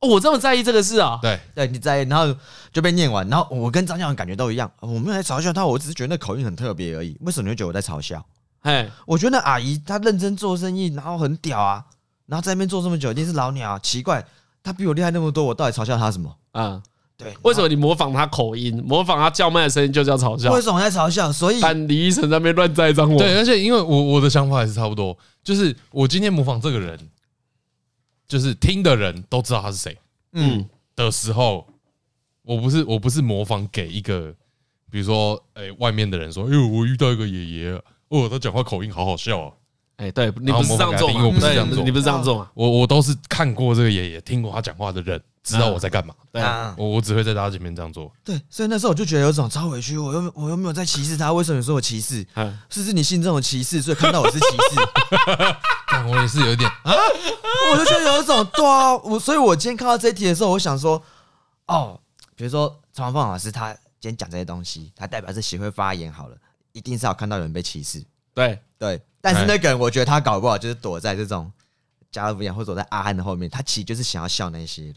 C: 哦，我这么在意这个事啊？
B: 对，
A: 对，你在，然后就被念完。然后我跟张教授感觉都一样，我没有在嘲笑他，我只是觉得那口音很特别而已。为什么你会觉得我在嘲笑？
C: 哎，
A: 我觉得那阿姨她认真做生意，然后很屌啊，然后在那边做这么久，一定是老鸟、啊。奇怪，她比我厉害那么多，我到底嘲笑她什么？
C: 啊，
A: 对，
C: 为什么你模仿他口音，模仿他叫卖的声音就叫嘲笑
A: 为？什么在嘲笑？所以
C: 但李医生在那边乱栽赃我，
B: 对，而且因为我我的想法也是差不多，就是我今天模仿这个人，就是听的人都知道他是谁
C: 嗯，
B: 的时候，我不是我不是模仿给一个，比如说哎、外面的人说，哎呦我遇到一个爷爷啊，哦他讲话口音好好笑、啊，
C: 哎，对你不是这样做嘛，
B: 然后模仿他的音我不是
C: 对
B: 这样做
C: 你不是这样做嘛？
B: 我我都是看过这个爷爷，听过他讲话的人，知道我在干嘛，
C: 对啊，
A: 啊，
B: 我我只会在大家前面这样做，
A: 对，所以那时候我就觉得有种超委屈，我又我又没有在歧视她，为什么你说我歧视？
C: 嗯
A: 是不是你信这种歧视，所以看到我是歧 视？
B: 但我也是有 一点啊，
A: 我就觉得有一种对啊，我所以，我今天看到这一题的时候，我想说，哦，比如说常王凤老师他今天讲这些东西，他代表是协会发言好了，一定是有看到有人被歧视，
C: 对，
A: 对，但是那个人，我觉得他搞不好就是躲在这种加勒比亚或者躲在阿汉的后面，他其实就是想要笑那些人，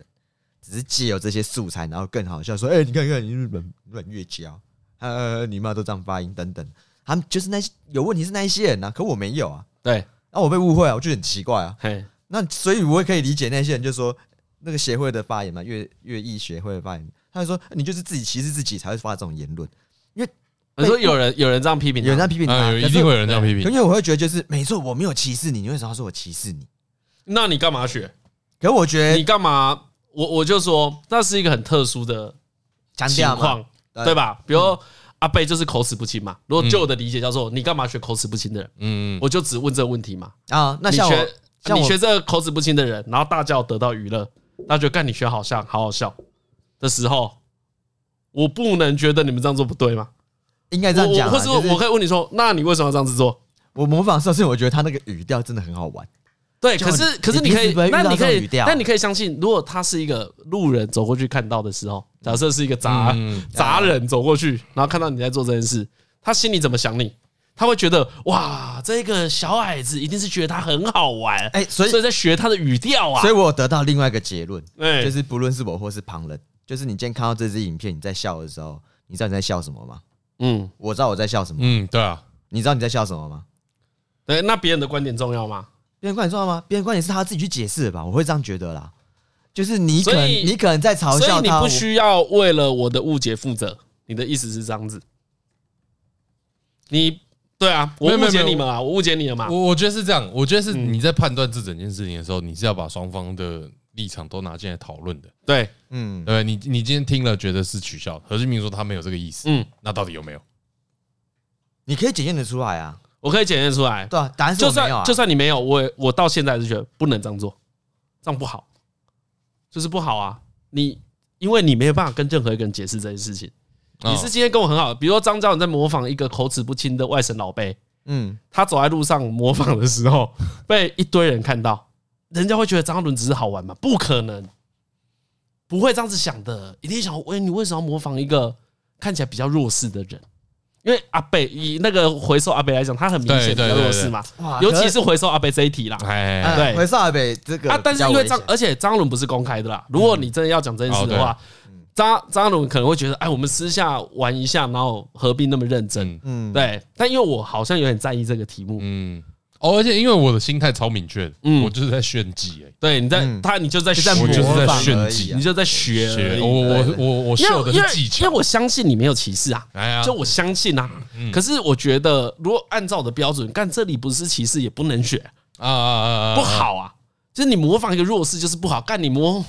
A: 只是借由这些素材，然后更好笑，说：“哎、你看看，你日本日本越教，呃，你妈都这样发音等等。”他们就是那些有问题是那一些人啊，可我没有啊，
C: 对，
A: 那、我被误会啊，我就很奇怪啊。
C: 嘿，
A: 那所以我也可以理解那些人就说那个协会的发言嘛，越越艺协会的发言，他就说你就是自己歧视自己才会发这种言论，
C: 我说有人有人这样批评他，
A: 有人在批评他，
B: 嗯，有
A: 可
B: 一
A: 是
B: 定会有人这样批
A: 可
B: 评，
A: 因为我会觉得就是没错，我没有歧视你，你为什么要说我歧视你？
C: 那你干嘛学？
A: 可我觉
C: 你
A: 得
C: 干嘛？我我就说那是一个很特殊的
A: 强
C: 情
A: 调啊嘛，
C: 况，
A: 对
C: 对吧？比如阿贝就是口齿不清嘛。如果就我的理解叫做你干嘛学口齿不清的人，
B: 嗯，
C: 我就只问这个问题嘛。
A: 啊，那
C: 你
A: 像我
C: 学，
A: 像
C: 你
A: 我
C: 学这个口齿不清的人，然后大家有得到娱乐，大家觉得干你学好像好好笑的时候，我不能觉得你们这样做不对吗？
A: 应该这
C: 我
A: 样讲
C: 我
A: 啊，
C: 或是我
A: 就是
C: 我可以问你说，那你为什么要这样子做？
A: 我模仿的时候，是我觉得他那个语调真的很好玩，
C: 对，
A: 就
C: 可是
A: 你
C: 可是
A: 你
C: 你可
A: 平
C: 以
A: 时不会，遇
C: 那
A: 到
C: 你
A: 这
C: 可
A: 种
C: 以
A: 语，调
C: 但你可以相信，如果他是一个路人走过去看到的时候，假设是一个杂
B: 嗯
C: 杂人走过去，然后看到你在做这件事，他心里怎么想你？他会觉得哇，这个小矮子一定是觉得他很好玩，
A: 哎，所以
C: 所以在学他的语调啊
A: 所以。我有得到另外一个结论，
C: 哎
A: 就是不论是我或是旁人，就是你今天看到这支影片，你在笑的时候，你知道你在笑什么吗？
C: 嗯，
A: 我知道我在笑什么，
B: 嗯，对啊，
A: 你知道你在笑什么吗？
C: 对，那别人的观点重要吗？
A: 别人观点重要吗？别人观点是他自己去解释的吧，我会这样觉得啦。就是你可能
C: 所以
A: 你可能在嘲
C: 所以
A: 笑
C: 你
A: 他，
C: 不
A: 我
C: 需要为了我的误解负责，你的意思是这样子？你对啊，我
B: 没有没
C: 误
B: 有
C: 解
B: 没有
C: 你们啊，我嗯误解你了嘛？
B: 我我觉得是这样，我觉得是你在判断这整件事情的时候，你是要把双方的立场都拿进来讨论的。
C: 对，
A: 嗯，
B: 对，你你今天听了觉得是取笑，何志明说他没有这个意思，
C: 嗯，
B: 那到底有没有？
A: 你可以检验得出来啊，
C: 我可以检验出来。
A: 对啊，答案是
C: 就
A: 我没有
C: 算
A: 啊
C: 就，算你没有，我也我到现在还是觉得不能这样做，这样不好，就是不好啊！你因为你没有办法跟任何一个人解释这件事情。
B: 哦
C: 你是今天跟我很好，比如说张嘉文在模仿一个口齿不清的外省老辈，
A: 嗯，
C: 他走在路上模仿的时候 被一堆人看到，人家会觉得张嘉伦只是好玩吗？不可能，不会这样子想的，一定想，喂，你为什么要模仿一个看起来比较弱势的人？因为阿贝以那个回收阿贝来讲，他很明显
B: 对
C: 比较
B: 对对
C: 弱势嘛，
A: 哇
C: 尤
A: 可
C: 其
A: 是
C: 是回收阿贝这一题啦。
B: 哎，哎，
A: 哎
C: 对
A: 回少北这个
C: 啊，但是因为张
A: 比较危险，
C: 而且张伦不是公开的啦。如果你真的要讲这件事的
B: 哦
C: 话，张张伦可能会觉得，哎，我们私下玩一下，然后何必那么认真？
B: 嗯
A: 嗯，
C: 对，但因为我好像有点在意这个题目，
B: 嗯，哦，而且因为我的心态超明确，
C: 嗯
B: 我就是在炫技，哎，
C: 对，你在、
A: 嗯
C: 他，你就在
A: 就在
C: 学
B: 我就是在
A: 模仿
B: 炫
A: 而已
B: 技
A: 啊
C: 你就在学而
B: 学哦
C: 已
B: 我我我我
C: 因为
B: 秀的
C: 因
B: 是
C: 为
B: 技
C: 因为
B: 巧，
C: 我相信你没有歧视啊，
B: 哎呀，
C: 就我相信啊。可是我觉得，如果按照我的标准，干这里不是歧视，也不能学，
B: 啊啊啊啊，啊
C: 不，好啊。就是你模仿一个弱势，就是不好。干你模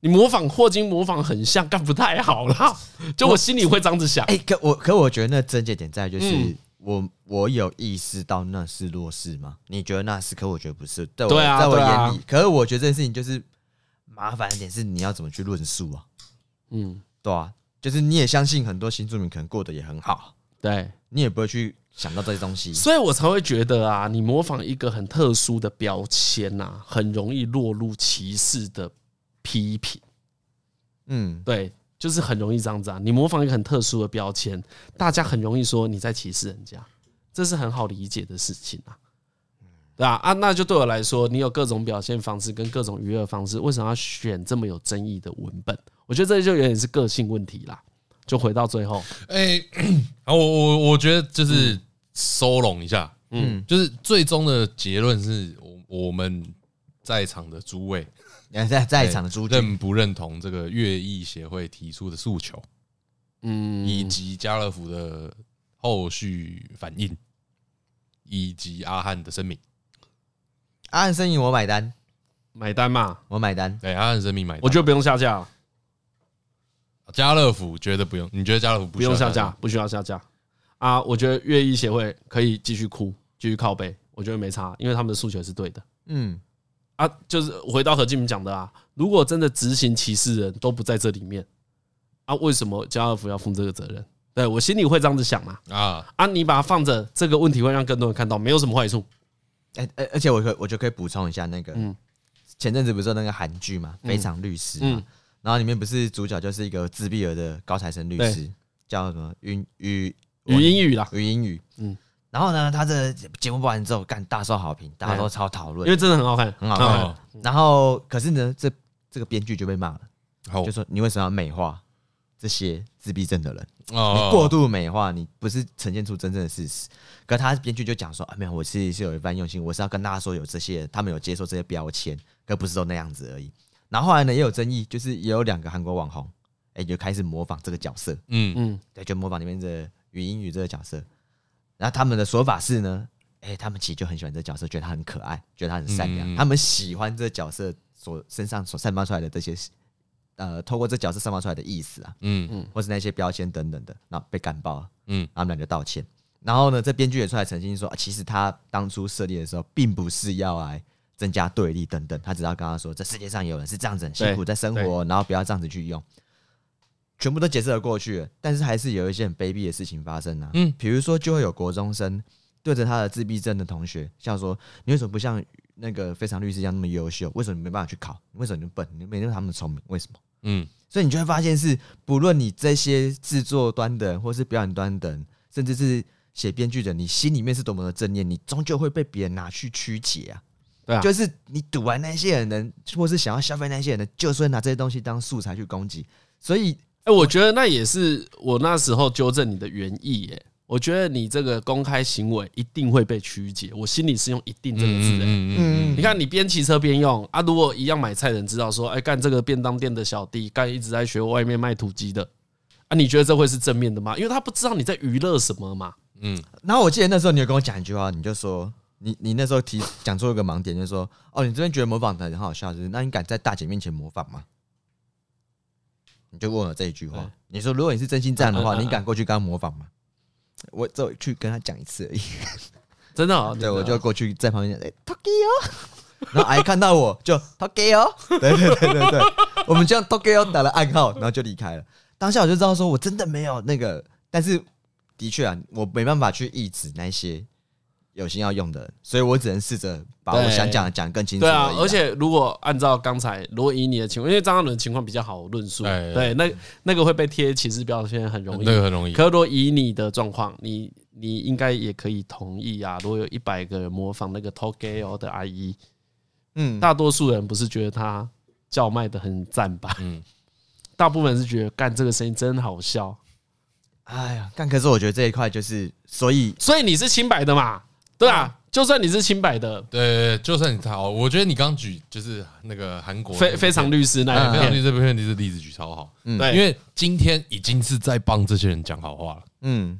C: 你模仿霍金模仿很像，干不太好啦。就我心里会这样子想，
A: 哎，可我可我觉得那症结点在就是
C: 嗯
A: 我我有意识到那是弱势吗？你觉得那是，可我觉得不是，在我
C: 对啊
A: 在我
C: 对啊
A: 眼里，可是我觉得这件事情就是麻烦的点是你要怎么去论述啊，
C: 嗯，
A: 对啊，就是你也相信很多新住民可能过得也很好，
C: 对，
A: 你也不会去想到这些东西，
C: 所以我才会觉得啊，你模仿一个很特殊的标签呐、啊，很容易落入歧视的批评。
A: 嗯，
C: 对，就是很容易这样子啊。你模仿一个很特殊的标签，大家很容易说你在歧视人家，这是很好理解的事情啊。对啊，啊，那就对我来说，你有各种表现方式跟各种娱乐方式，为什么要选这么有争议的文本？我觉得这就有点是个性问题啦。就回到最后，
B: 哎， 好，我我我觉得就是收拢一下，
C: 嗯
B: 嗯，就是最终的结论是我我们在场的诸位
A: 在在在场的朱军，
B: 认不认同这个乐艺协会提出的诉求，以
C: 嗯，
B: 及家乐福的后续反应，以及阿汉的声明。
A: 阿汉身影我买单，
C: 买单嘛，
A: 我买单，
B: 对，阿汉声明买单，
C: 我觉得不用下架了，
B: 家乐福觉得不用，你觉得家乐福不
C: 不
B: 需要
C: 用下架？，不需要下架啊。我觉得乐艺协会可以继续哭，继续靠背，我觉得没差，因为他们的诉求是对的。
A: 嗯，
C: 啊，就是回到何敬明讲的啊，如果真的执行歧视人都不在这里面，啊，为什么家乐福要负这个责任？对我心里会这样子想嘛，
B: 啊，
C: 啊，你把它放着，这个问题会让更多人看到，没有什么坏处。
A: 哎、而而且我可我就可以补充一下那个，
C: 嗯
A: 前阵子不是有那个韩剧嘛，《非常律师》嘛，
C: 嗯
A: 然后里面不是主角就是一个自闭儿的高材生律师，叫什么云于
C: 语音语啦，
A: 于英语，嗯
C: 嗯，
A: 然后呢，他的节目播完之后，干大受好评，大家都超
C: 啊
A: 讨
C: 因
A: 论，
C: 为真哦的很好看。
A: 很好看。
B: 啊，
A: 然后可是呢，这这个编剧就被骂了，
B: 好
C: 哦
A: 就说你为什么要美化这些自闭症的人？
B: 啊
A: 你过度美化，你不是呈现出真正的事实。可他编剧就讲说啊，没有，我是是有一番用心，我是要跟大家说有这些人，他们有接受这些标签，可不是都那样子而已。然后后来呢，也有争议，就是也有两个韩国网红，哎、就开始模仿这个角色，
B: 嗯
C: 嗯，
A: 对，就模仿里面的语音语这个角色。然后他们的说法是呢，哎、他们其实就很喜欢这个角色，觉得他很可爱，觉得他很善良，
B: 嗯
A: 他们喜欢这个角色所身上所散发出来的这些，呃，透过这角色散发出来的意思啊，
B: 嗯
A: 或是那些标签等等的，那被干爆了，
B: 嗯
A: 然后他们俩就道歉。然后呢，这编剧也出来澄清说，啊其实他当初设立的时候，并不是要来增加对立等等，他只要跟他说，这世界上有人是这样子很辛苦
C: 对
A: 在生活，然后不要这样子去用，全部都解释得过去了。但是还是有一些很卑鄙的事情发生啊，
B: 嗯
A: 比如说就会有国中生对着他的自闭症的同学笑说，你为什么不像那个非常律师一样那么优秀？为什么你没办法去考？为什么你笨？你没那么他们聪明？为什么？
B: 嗯
A: 所以你就会发现是，不论你这些制作端的人，或是表演端的人，甚至是写编剧的人，你心里面是多么的正念，你终究会被别人拿去曲解啊。
C: 对啊
A: 就是你堵完那些人，或是想要消费那些人，就是会拿这些东西当素材去攻击。所以
C: 哎、我觉得那也是我那时候纠正你的原意耶、我觉得你这个公开行为一定会被曲解，我心里是用“一定”这个字的、
B: 嗯
A: 嗯
C: 你看，你边骑车边用啊，如果一样买菜的人知道说，哎、干这个便当店的小弟干一直在学外面卖土鸡的啊，你觉得这会是正面的吗？因为他不知道你在娱乐什么嘛。
B: 嗯，
A: 然后我记得那时候你有跟我讲一句话，你就说你你那时候提讲出一个盲点，就是说哦，你这边觉得模仿的很好笑，就是那你敢在大姐面前模仿吗？你就问我这一句话，你说如果你是真心这样的话，
C: 嗯嗯嗯
A: 你敢过去跟他模仿吗？我只有去跟他讲一次而已，
C: 真的、哦，
A: 对我
C: 真的
A: 就
C: 哦
A: 过去在旁边讲，哎，Tokyo，然 后阿姨哎看到我就 Tokyo，对 对对对对，我们就用 Tokyo 打了暗号，然后就离开了。当下我就知道说我真的没有那个，但是的确啊，我没办法去抑制那些有心要用的人，所以我只能试着把我
C: 对
A: 想讲的讲更清楚
C: 对
A: 已
C: 啊
A: 啊。，
C: 而且如果按照刚才，如果以你的情况，因为张嘉伦的情况比较好论述，
B: 哎
C: 对，那那个会被贴歧视标签很容易
B: 那。个很容易。
C: 可如果以你的状况，你你应该也可以同意啊。如果有一百个人模仿那个 Tokyo 的阿姨，
A: 嗯，
C: 大多数人不是觉得她叫卖的很赞吧？
B: 嗯，
C: 大部分人是觉得干这个声音真好笑，
A: 哎呀，但可是我觉得这一块就是，所以
C: 所以你是清白的嘛？对啊，就算你是清白的，
B: 对，就算你好，我觉得你刚举就是那个韩国
C: 非非常
B: 律，
C: 律师那
B: 哎
C: 一
B: 非常律
C: 片，
B: 这篇你是例子举超好，
A: 嗯
C: 对
B: 因为今天已经是在帮这些人讲好话了，
A: 嗯，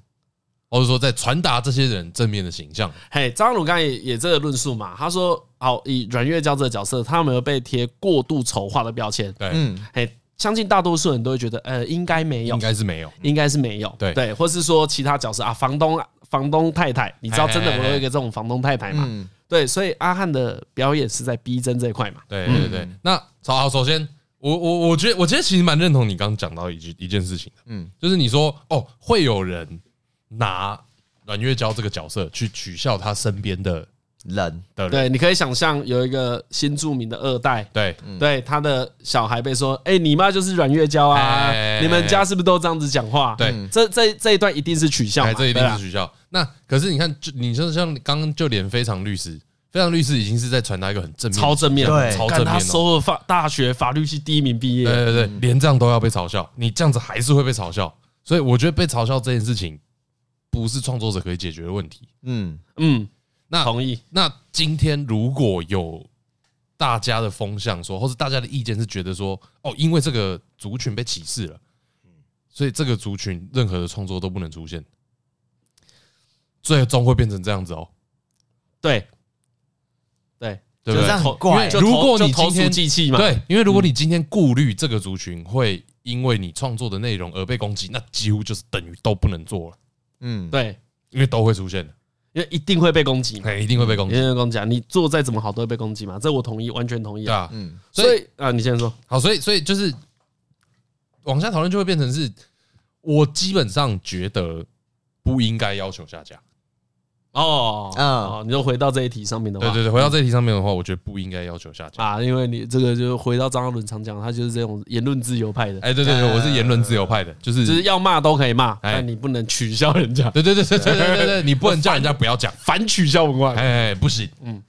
B: 或者说在传达这些人正面的形象。
C: 嘿，张鲁刚才也也这个论述嘛，他说，好，以阮月娇这个角色，他有没有被贴过度丑化的标签？
B: 对，
A: 嗯
C: 嘿，相信大多数人都会觉得，呃，应该没有
B: 应，该是没有。
C: 应该是没有，
B: 对
C: 对，或是说其他角色啊，房东房东太太，你知道真的
B: 哎哎哎
C: 我有一个这种房东太太嘛？
A: 嗯
C: 对，所以阿汉的表演是在逼真这一块嘛？
B: 对对对，那好，好首先，我我我觉得，我觉得其实蛮认同你刚刚讲到一句一件事情的，
A: 嗯
B: 就是你说哦，会有人拿阮月娇这个角色去取笑他身边的
A: 人，
B: 的人，
C: 对，你可以想象有一个新著名的二代，
B: 对
C: 对他的小孩被说，哎，你妈就是阮月娇啊
B: 哎，
C: 你们家是不是都这样子讲话？
B: 对，
C: 这这这一段一定是取笑嘛，
B: 哎，这一定
C: 对啊
B: 是取笑。那可是你看，就你就像刚刚就连非常律师，非常律师已经是在传达一个很正面的
C: 超正面，
A: 对
B: 超
C: 干
B: 正面
C: 他
B: 哦。
C: 首尔法大学法律系第一名毕业，
B: 对对对，
A: 嗯
B: 连这样都要被嘲笑，你这样子还是会被嘲笑。所以我觉得被嘲笑这件事情不是创作者可以解决的问题。
A: 嗯
C: 嗯，
B: 那
C: 同意，
B: 那今天如果有大家的风向说，或是大家的意见是觉得说，哦，因为这个族群被歧视了，所以这个族群任何的创作都不能出现，最终会变成这样子哦，
C: 对，对，
B: 对不
A: 就这
B: 对
A: 样？嗯很
C: 因
A: 怪
C: 为就
B: 如
C: 投
B: 果
C: 就
B: 你
C: 投
B: 今
C: 鼠
B: 天
C: 忌器嘛，
B: 对，因为如果你今天顾虑这个族群会因为你创作的内容而被攻击，那几乎就是等于都不能做了，
A: 嗯，
C: 对，
B: 因为都会出现的，
C: 因为一定会被攻击嘛，
B: 哎，一定会被攻
C: 一
B: 击，
C: 定会攻击啊！你做再怎么好都会被攻击嘛，这我同意，完全同意
B: 对
C: 啊。
B: 吧？
A: 嗯
B: 所以
C: 所以啊，你先说，
B: 好，所以所以就是往下讨论就会变成是，我基本上觉得不应该要求下架。
C: 哦，
A: 嗯
C: 哦，你就回到这一题上面的话，
B: 啊对对对，回到这题上面的话，我觉得不应该要求下架。
C: 啊，因为你这个就回到张嘉伦常讲，他就是这种言论自由派的，
B: 哎，对对对，我是言论自由派的，就是
C: 呃就是要骂都可以骂，
B: 哎
C: 但你不能取笑人 家，
B: 对对对对对对 对对，你不能叫人家不要讲，
C: 反取笑文化。
B: 哎，哎不行，嗯，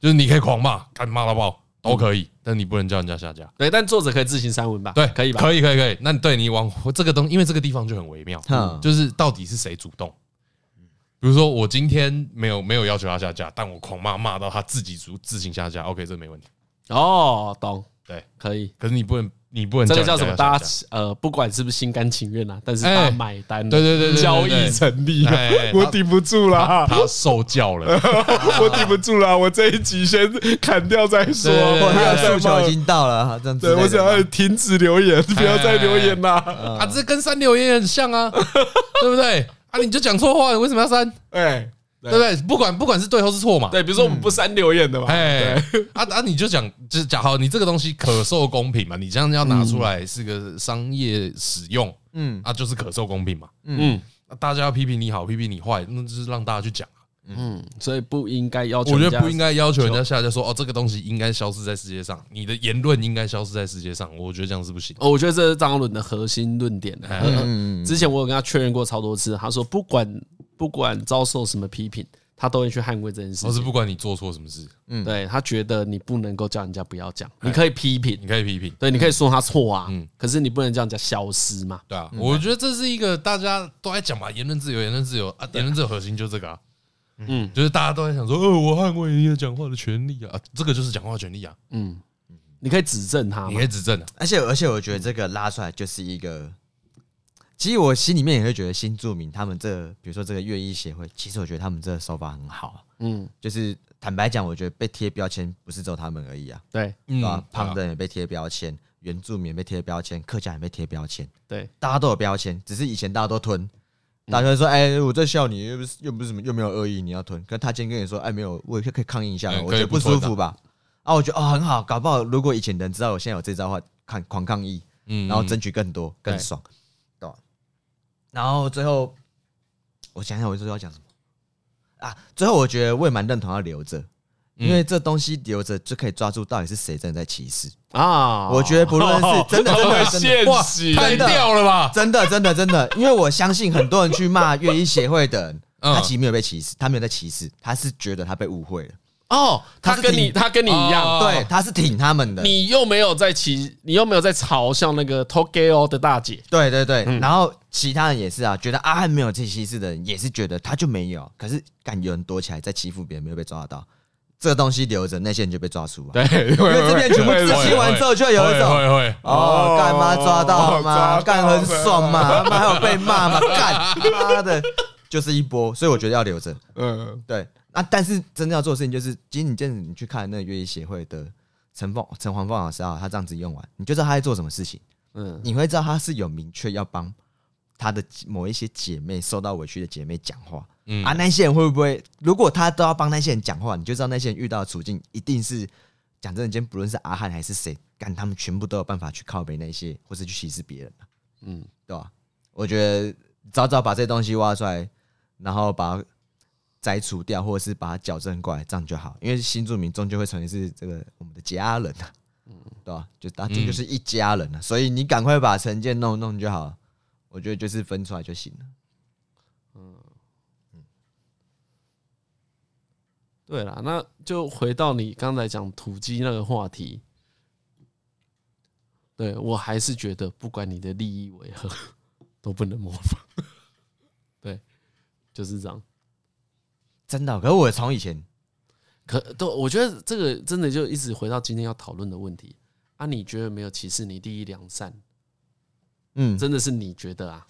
B: 就是你可以狂骂，敢骂到爆都可以，但你不能叫人家下架。
C: 对，但作者可以自行删文吧？
B: 对，
C: 可以吧？
B: 可以，可以，可以。那对你往这个东，因为这个地方就很微妙
A: 嗯，
B: 就是到底是谁主动？比如说，我今天没有没有要求他下架，但我狂骂骂到他自己主自行下架，OK，这没问题。
C: 哦，懂，
B: 对，
C: 可以。
B: 可是你不能，你不能
C: 这个
B: 叫
C: 叫
B: 人
C: 什
B: 家
C: 么？
B: 下架
C: 大家呃，不管是不是心甘情愿啊，但是他
B: 哎
C: 买单了，
B: 对对对对对对
C: 交易成立啊
B: 哎哎，
C: 我
B: 他
C: 顶不住啦，
B: 他受 教了，
C: 我顶不住了，我这一集先砍掉再说
B: 对对对
A: 或者
B: 不
A: 他
B: 要
A: 的诉
C: 啊
A: 求已经到了，这样子，
C: 停止留言，不
B: 要再留言
C: 啦。
B: 啊，这跟删留言很像啊，对不对？啊，你就讲错话，你为什么要删？
C: 哎，
B: 对不对？不管不管是对或是错嘛，
C: 对，比如说我们不删留言的嘛，
B: 哎，啊啊！你就讲，就是讲好，你这个东西可受公平嘛？你这样要拿出来是个商业使用，
A: 嗯
B: 啊，就是可受公平嘛。
C: 嗯
B: 那大家要批评你好，批评你坏，那就是让大家去讲啊。
C: 嗯，所以不应该要求，
B: 我觉得不应
C: 该，
B: 该要求人家下架说哦，这个东西应该消失在世界上，你的言论应该消失在世界上。我觉得这样是不行。
C: 哦我觉得这是张伦的核心论点
B: 哎
C: 呃
A: 嗯嗯
C: 之前我有跟他确认过超多次，他说不管不管遭受什么批评，他都会去捍卫这件事
B: 我哦是
C: 情。
B: 不管你做错什么事，
C: 对他觉得你不能够叫人家不要讲，你可以批评，
B: 你可以批评。
C: 对，你可以说他错啊
B: 嗯，
C: 可是你不能叫人家消失嘛。
B: 对啊，我觉得这是一个大家都在讲嘛，言论自由，言论自由啊，言论自由核心就是这个啊。
C: 嗯
B: 就是大家都在想说，呃，我捍卫你的讲话的权利啊，啊这个就是讲话的权利啊，
C: 嗯，你可以指正他
B: 你
C: 嘛
B: 可以。指正啊，
A: 而且而且我觉得这个拉出来就是一个，其实我心里面也会觉得新住民他们这，比如说这个乐医协会，其实我觉得他们这个手法很好，
C: 嗯，
A: 就是坦白讲，我觉得被贴标签不是只有他们而已啊，
C: 对
A: 对
B: 嗯
A: 吧？胖的人也被贴标签，原住民也被贴标签，客家人也被贴标签，
C: 对，
A: 大家都有标签，只是以前大家都吞。
B: 嗯
A: 大家就会说：“哎、我在笑你，又不是又不是什么，又没有恶意，你要吞。”可是他今天跟你说：“哎、没有，我也可以抗议一下，
B: 嗯
A: 我
B: 可以
A: 觉得
B: 不
A: 不
B: 吞
A: 舒
B: 啊
A: 服吧？”啊，我觉得哦很好，搞不好如果以前的人知道我现在有这招的话，抗狂抗议，
B: 嗯
A: 然后争取更多、
C: 对
A: 更爽，懂？然后最后，我想想，我最后要讲什么啊？最后我觉得我也蛮认同要留着，
B: 嗯
A: 因为这东西留着就可以抓住到底是谁真的在歧视。
B: 哦
C: 啊，
A: 我觉得不论 是真的真的真
C: 哎
A: 的
B: 哇
D: 现实，
B: 太
A: 真的
B: 掉了吧？
A: 真的真的真的，因为我相信很多人去骂乐医协会的人，
B: 嗯
A: 他其实没有被歧视，他没有在歧视，他是觉得他被误会了，
C: 哦，他跟你他跟你一样，
B: 哦
A: 对，他是挺他们的。
C: 你又没有在歧，你又没有在嘲笑那个 Tokyo 的大姐，
A: 对对对，然后其他人也是啊，觉得阿汉没有这歧视的人，也是觉得他就没有，可是感有人躲起来在欺负别人，没有被抓到，这东西留着，那些人就被抓出来。
C: 对，因
A: 因为这边全部自清完之后，就会有一种
B: 会会
A: 哦，干嘛抓到嘛，
D: 哦抓到
A: 干很爽嘛，妈还有被骂嘛，干妈的，就是一波，所以我觉得要留着。
D: 嗯，
A: 对，那但是真正要做的事情就是，今天你见你去看那个乐艺协会的陈凤陈黄凤老师啊，他这样子用完，你就知道他在做什么事情。
C: 嗯，
A: 你会知道他是有明确要帮他的某一些姐妹受到委屈的姐妹讲话、
B: 嗯
A: 啊，那些人会不会？如果他都要帮那些人讲话，你就知道那些人遇到的处境一定是讲真的，今天不论是阿汉还是谁，干他们全部都有办法去靠背那些，或是去歧视别人、嗯，对吧、我觉得早早把这东西挖出来，然后把它摘除掉，或者是把它矫正过来，这样就好。因为新住民终究会成为是这个我们的家人啊，对吧、就大这就是一家人啊，所以你赶快把成见弄弄就好了。我觉得就是分出来就行了。
C: 对啦，那就回到你刚才讲土鸡那个话题。对我还是觉得，不管你的利益为何，都不能模仿。对，就是这样。
A: 真的哦，可是我从以前
C: 可都，我觉得这个真的就一直回到今天要讨论的问题啊！你觉得没有歧视你第一良善，
A: 嗯，
C: 真的是你觉得啊？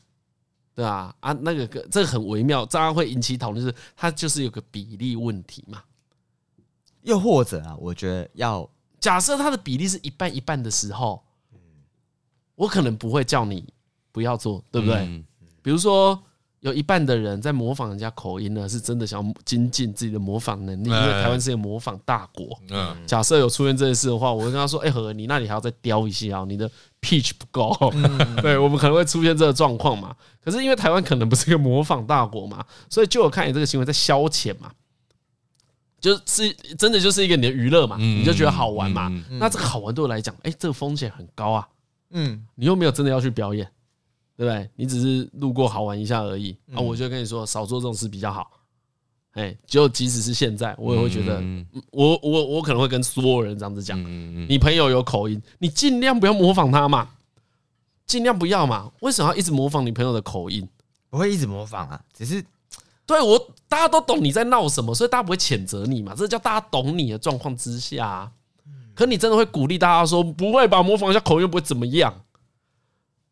C: 对啊，啊，那个个这个很微妙，大家会引起讨论，就是它就是有个比例问题嘛。
A: 又或者啊，我觉得要
C: 假设它的比例是一半一半的时候，
B: 嗯
C: 我可能不会叫你不要做，对不对？
B: 嗯
C: 比如说有一半的人在模仿人家口音呢，是真的想要精进自己的模仿能力，因
B: 哎
C: 为台湾是一个模仿大国。
B: 嗯，
C: 假设有出现这件事的话，我会跟他说：“哎、何你那里还要再雕一下哦，你的 pitch 不够。
B: 嗯
C: 对我们可能会出现这个状况嘛。可是因为台湾可能不是一个模仿大国嘛，所以就我看你这个行为在消遣嘛，就是真的就是一个你的娱乐嘛，
B: 嗯
C: 你就觉得好玩嘛
B: 嗯。
C: 那这个好玩对我来讲，哎、这个风险很高啊。
A: 嗯
C: 你又没有真的要去表演，对不对？你只是路过好玩一下而已。
B: 嗯
C: 啊，我就跟你说，少做这种事比较好。哎，就即使是现在，我也会觉得，
B: 嗯
C: 我我我可能会跟所有人这样子讲，
B: 嗯嗯
C: 你朋友有口音，你尽量不要模仿他嘛，尽量不要嘛。为什么要一直模仿你朋友的口音？
A: 不会一直模仿啊，只是
C: 对我，大家都懂你在闹什么，所以大家不会谴责你嘛。这叫大家懂你的状况之下、啊。可你真的会鼓励大家说，不会吧？模仿一下口音又不会怎么样。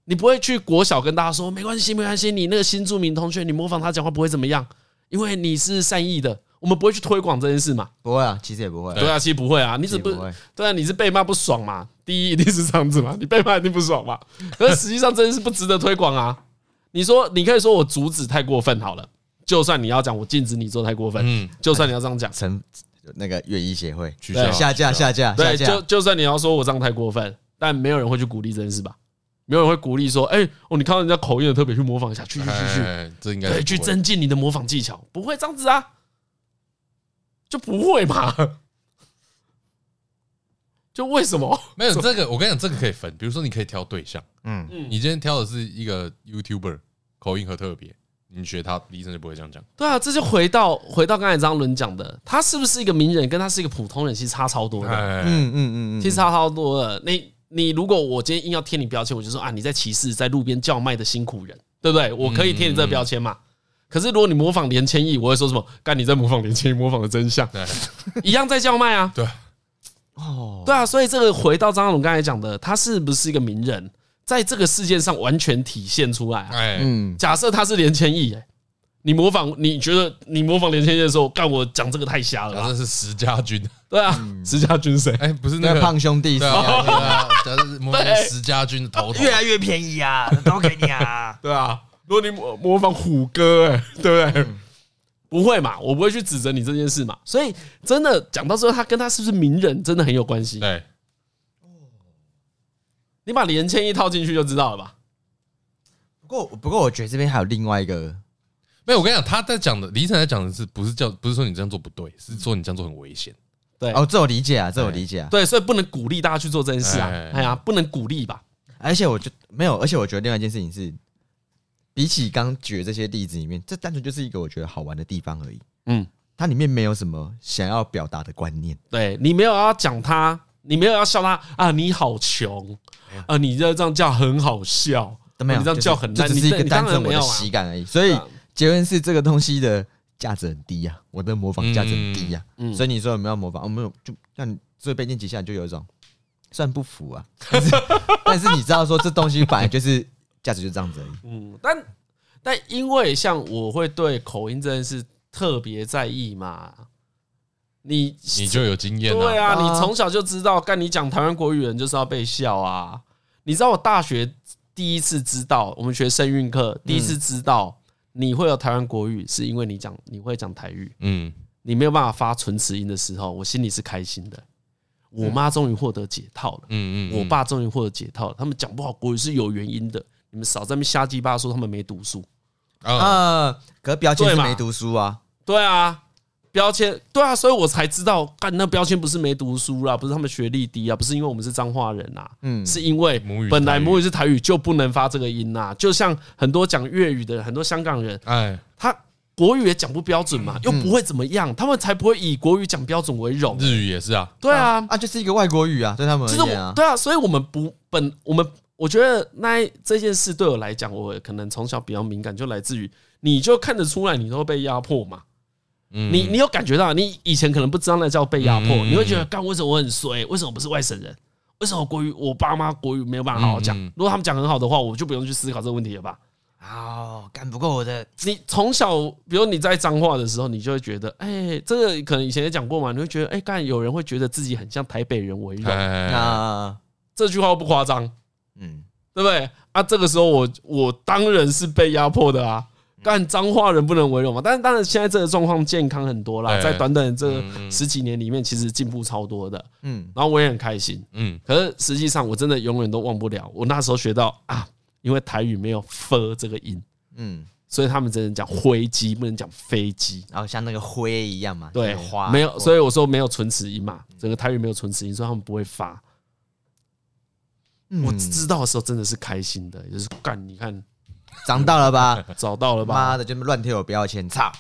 C: 你不会去国小跟大家说，没关系，没关系，你那个新著名同学，你模仿他讲话不会怎么样，因为你是善意的。我们不会去推广这件事嘛？
A: 不会啊，其实也不会啊、
C: 对啊，其实不会啊，你
A: 其实
C: 只
A: 也
C: 不
A: 不会。
C: 对啊，你是被骂不爽嘛？第一一定是这样子嘛，你被骂一定不爽嘛。可是实际上真的是不值得推广啊。你说，你可以说我阻止太过分好了，就算你要讲我禁止你做太过分，
B: 嗯，
C: 就算你要这样讲，
A: 成那个乐医协会
B: 取
C: 对
B: 消
A: 下架下架下
C: 对，就
A: 架，
C: 就算你要说我这样太过分，但没有人会去鼓励这件事吧？没有人会鼓励说，哎，哦，你看到人家口音的特别去模仿一下，去去去去，
B: 哎，这应该
C: 对，
B: 是
C: 去
B: 不会
C: 增进你的模仿技巧，不会这样子啊，就不会嘛？ 就为什么？
B: 没有这个，我跟你讲，这个可以分。比如说，你可以挑对象，
A: 嗯
B: 你今天挑的是一个 YouTuber，口音很特别，你学他，医生就不会这样讲。
C: 对啊，这就回到回到刚才张伦讲的，他是不是一个名人，跟他是一个普通人，其实差超多的。
B: 哎，
A: 嗯嗯嗯嗯，
C: 其实差超多了。你你如果我今天硬要贴你标签，我就说啊，你在歧视在路边叫卖的辛苦人，对不对？我可以贴你这个标签嘛。可是如果你模仿连千亿，我会说什么？干你在模仿连千亿，模仿的真相，
B: 对
C: 一样在叫卖啊。
B: 对，
A: 哦，
C: 对啊，所以这个回到张龙刚才讲的，他是不是一个名人，在这个事件上完全体现出来啊？
B: 哎，
A: 嗯，
C: 假设他是连千亿，哎，你模仿，你觉得你模仿连千亿的时候，干我讲这个太瞎了啊
B: 假
C: 吧？
B: 设是石家军，
C: 对啊，石家军谁？，
B: 哎，不是那
A: 那
B: 个
A: 个胖兄弟
B: 对啊， 对啊，假设是模仿石家军的头头，
A: 来越便宜啊，都给你啊
C: 对啊，如果你模模仿虎哥、哎，对不对？不会嘛，我不会去指责你这件事嘛。所以真的讲到最后，他跟他是不是名人真的很有关系。
B: 对，
C: 你把连千一套进去就知道了吧？
A: 不过不过我觉得这边还有另外一个，
B: 没有，我跟你讲，他在讲的，李医生在讲的是不是叫不是说你这样做不对，是说你这样做很危险。
C: 对，
A: 哦，这我理解啊，这我理解啊，
C: 对，所以不能鼓励大家去做这件事啊
B: 哎哎。哎
C: 哎呀，不能鼓励吧？
A: 而且我就没有，而且我觉得另外一件事情是，比起刚举的这些例子里面，这单纯就是一个我觉得好玩的地方而已。
C: 嗯，哦
A: 它里面没有什么想要表达的观念，
C: 对你没有要讲他，你没有要笑他啊，你好穷啊，你这样叫很好笑，啊
A: 都没有，
C: 你这样
A: 就是
C: 叫很烂，
A: 这
C: 你
A: 只是一
C: 这
A: 个
C: 你
A: 单
C: 当
A: 纯
C: 然
A: 我
C: 没
A: 的
C: 有啊。
A: 喜感而已。所以结论是这个东西的价值很低啊，我的模仿价值很低啊。
C: 嗯嗯
A: 所以你说有没有模仿？我、没有，就让你所以被念几下，你就有一种虽然不服啊， 但是但是你知道说这东西本来就是价值就这样子而已。
C: 嗯，但但因为像我会对口音这件事特别在意嘛，你
B: 你就有经验
C: 对
B: 啊。
C: 啊，
A: 啊
C: 你从小就知道，干你讲台湾国语人就是要被笑啊。你知道我大学第一次知道，我们学声韵课第一次知道你会有台湾国语，是因为你讲你会讲台语，
B: 嗯，
C: 你没有办法发唇齿音的时候，我心里是开心的。我妈终于获得解套了。
B: 嗯嗯，嗯
C: 我爸终于获得解套了。他们讲不好国语是有原因的，你们少在那边瞎鸡巴说他们没读书。
B: 啊，
A: 啊、可是标签是
C: 对嘛
A: 没读书啊，
C: 对啊，标签对啊，所以我才知道，干那标签不是没读书啦，不是他们学历低啊，不是因为我们是彰化人啊，
A: 嗯，
C: 是因为
B: 母语
C: 本来
B: 台语
C: 母语是台语就不能发这个音呐、就像很多讲粤语的很多香港人，
B: 哎，
C: 他国语也讲不标准
A: 嗯
C: 嘛，又不会怎么样，他们才不会以国语讲标准为荣。
B: 日语也是啊，
C: 对啊，
A: 啊，就是一个外国语啊，对他们
C: 就是
A: 而言
C: 我
A: 啊，
C: 对啊，所以我们不本我们我觉得那一这件事对我来讲，我可能从小比较敏感，就来自于你就看得出来你都被压迫嘛。
B: 嗯，
C: 你你有感觉到，你以前可能不知道那叫被压迫，
B: 嗯
C: 你会觉得干为什么我很衰？为什么我不是外省人？为什么我国语我爸妈国语没有办法好好讲
B: 嗯嗯？
C: 如果他们讲很好的话，我就不用去思考这个问题了吧？
A: 哦，干不过我的，
C: 你从小，比如你在脏话的时候，你就会觉得，哎，这个可能以前也讲过嘛，你会觉得，哎，干有人会觉得自己很像台北人为荣，
B: 哎，
A: 那
C: 这句话又不夸张，
A: 嗯，
C: 对不对？啊，这个时候我我当然是被压迫的啊，
B: 嗯
C: 干脏话人不能为荣嘛。但是当然，现在这个状况健康很多啦，
B: 哎
C: 在短短的这
B: 嗯嗯
C: 十几年里面，其实进步超多的。
A: 嗯，
C: 然后我也很开心，
B: 嗯，
C: 可是实际上我真的永远都忘不了，我那时候学到啊，因为台语没有 f 这个音，
A: 嗯，
C: 所以他们只能讲灰机，不能讲飞机。
A: 然后像那个灰一样嘛，
C: 对
A: 那个花，
C: 没有，
A: 以
C: 所以我说没有唇齿音嘛，整个台语没有唇齿音，所以他们不会发。我知道的时候真的是开心的，就是干，你看
A: 长大了吧？
C: 找到了吧？
A: 妈的，就乱贴我标签，操！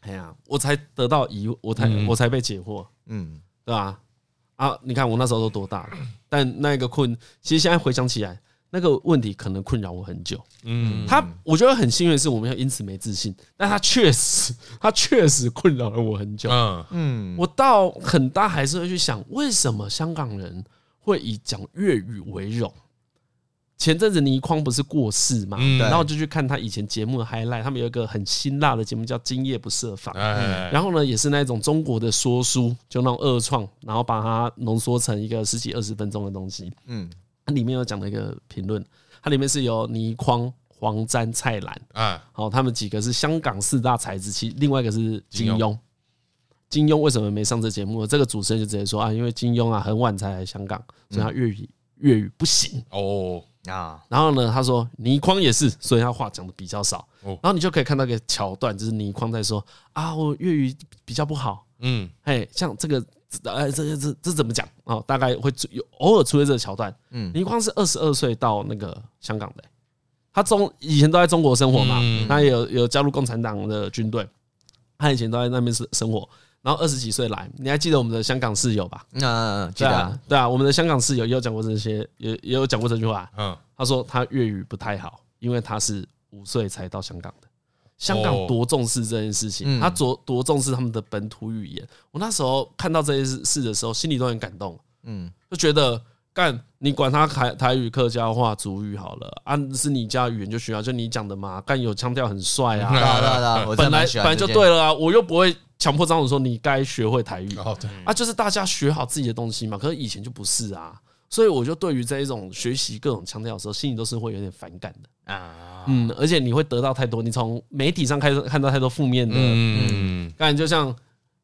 C: 哎呀，我才得到疑，我才、
B: 嗯
C: 我才被解惑，
A: 嗯，
C: 对吧、啊？你看我那时候都多大了，但那个困，其实现在回想起来，那个问题可能困扰我很久。
B: 嗯，
C: 他，我觉得很幸运的是，我没有因此没自信，但他确实，他确实困扰了我很久。
B: 嗯，
A: 嗯，
C: 我到很大还是会去想，为什么香港人会以讲粤语为荣？前阵子倪匡不是过世嘛，
B: 嗯
A: 对
C: 然后我就去看他以前节目的 highlight，他们有一个很辛辣的节目叫《今夜不设防》，
B: 哎，
C: 然
B: 后，
C: 后呢，也是那种中国的说书，就那种二创，然后把它浓缩成一个十几二十分钟的东西。
A: 嗯，
C: 它里面有讲了一个评论，它里面是由倪匡、黄沾、蔡澜，
B: 哎，
C: 好、他们几个是香港四大才子，其另外一个是金
B: 金
C: 庸。金庸为什么没上这节目？这个主持人就直接说啊，因为金庸啊很晚才来香港，所以他粤语、粤语不行。
B: 哦，
A: 啊，
C: 然后呢，他说倪匡也是，所以他话讲的比较少。
B: 哦
C: 然后你就可以看到一个桥段，就是倪匡在说啊，我粤语比较不好，
B: 嗯，
C: 哎，像这个，呃，这个这这怎么讲啊、哦？大概会出有偶尔出现这个桥段。嗯
A: 嗯，
C: 倪匡是二十二岁到那个香港的、他中以前都在中国生活嘛
B: 嗯，
C: 他有有加入共产党的军队，他以前都在那边生生活，然后二十几岁来，你还记得我们的香港室友吧？
A: 那记
C: 对
A: 得
C: 啊
A: 啊，
C: 对啊，我们的香港室友也有讲过这些，也也有讲过这句话。
B: 嗯，
C: 他说他粤语不太好，因为他是五岁才到香港的。香
B: 哦
C: 港多重视这件事情，
A: 嗯
C: 他多多重视他们的本土语言。我那时候看到这件事事的时候，心里都很感动，
A: 嗯，
C: 就觉得干你管他台台语、客家话、族语好了啊，是你家语言就学啊，就你讲的嘛，干有腔调很帅啊，
A: 对啊对啊对 啊，我真
C: 本
A: 的
C: 来
A: 蛮喜
C: 本
A: 欢
C: 来
A: 这
C: 就
A: 件
C: 对了啊，我又不会强迫张总说你该学会台语
B: 哦对，
A: 嗯
C: 啊，就是大家学好自己的东西嘛。可是以前就不是啊，所以我就对于这一种学习各种腔调的时候，心里都是会有点反感的。
A: 啊，
C: 嗯，而且你会得到太多，你从媒体上开始看到太多负面的。
B: 嗯，
C: 感觉就像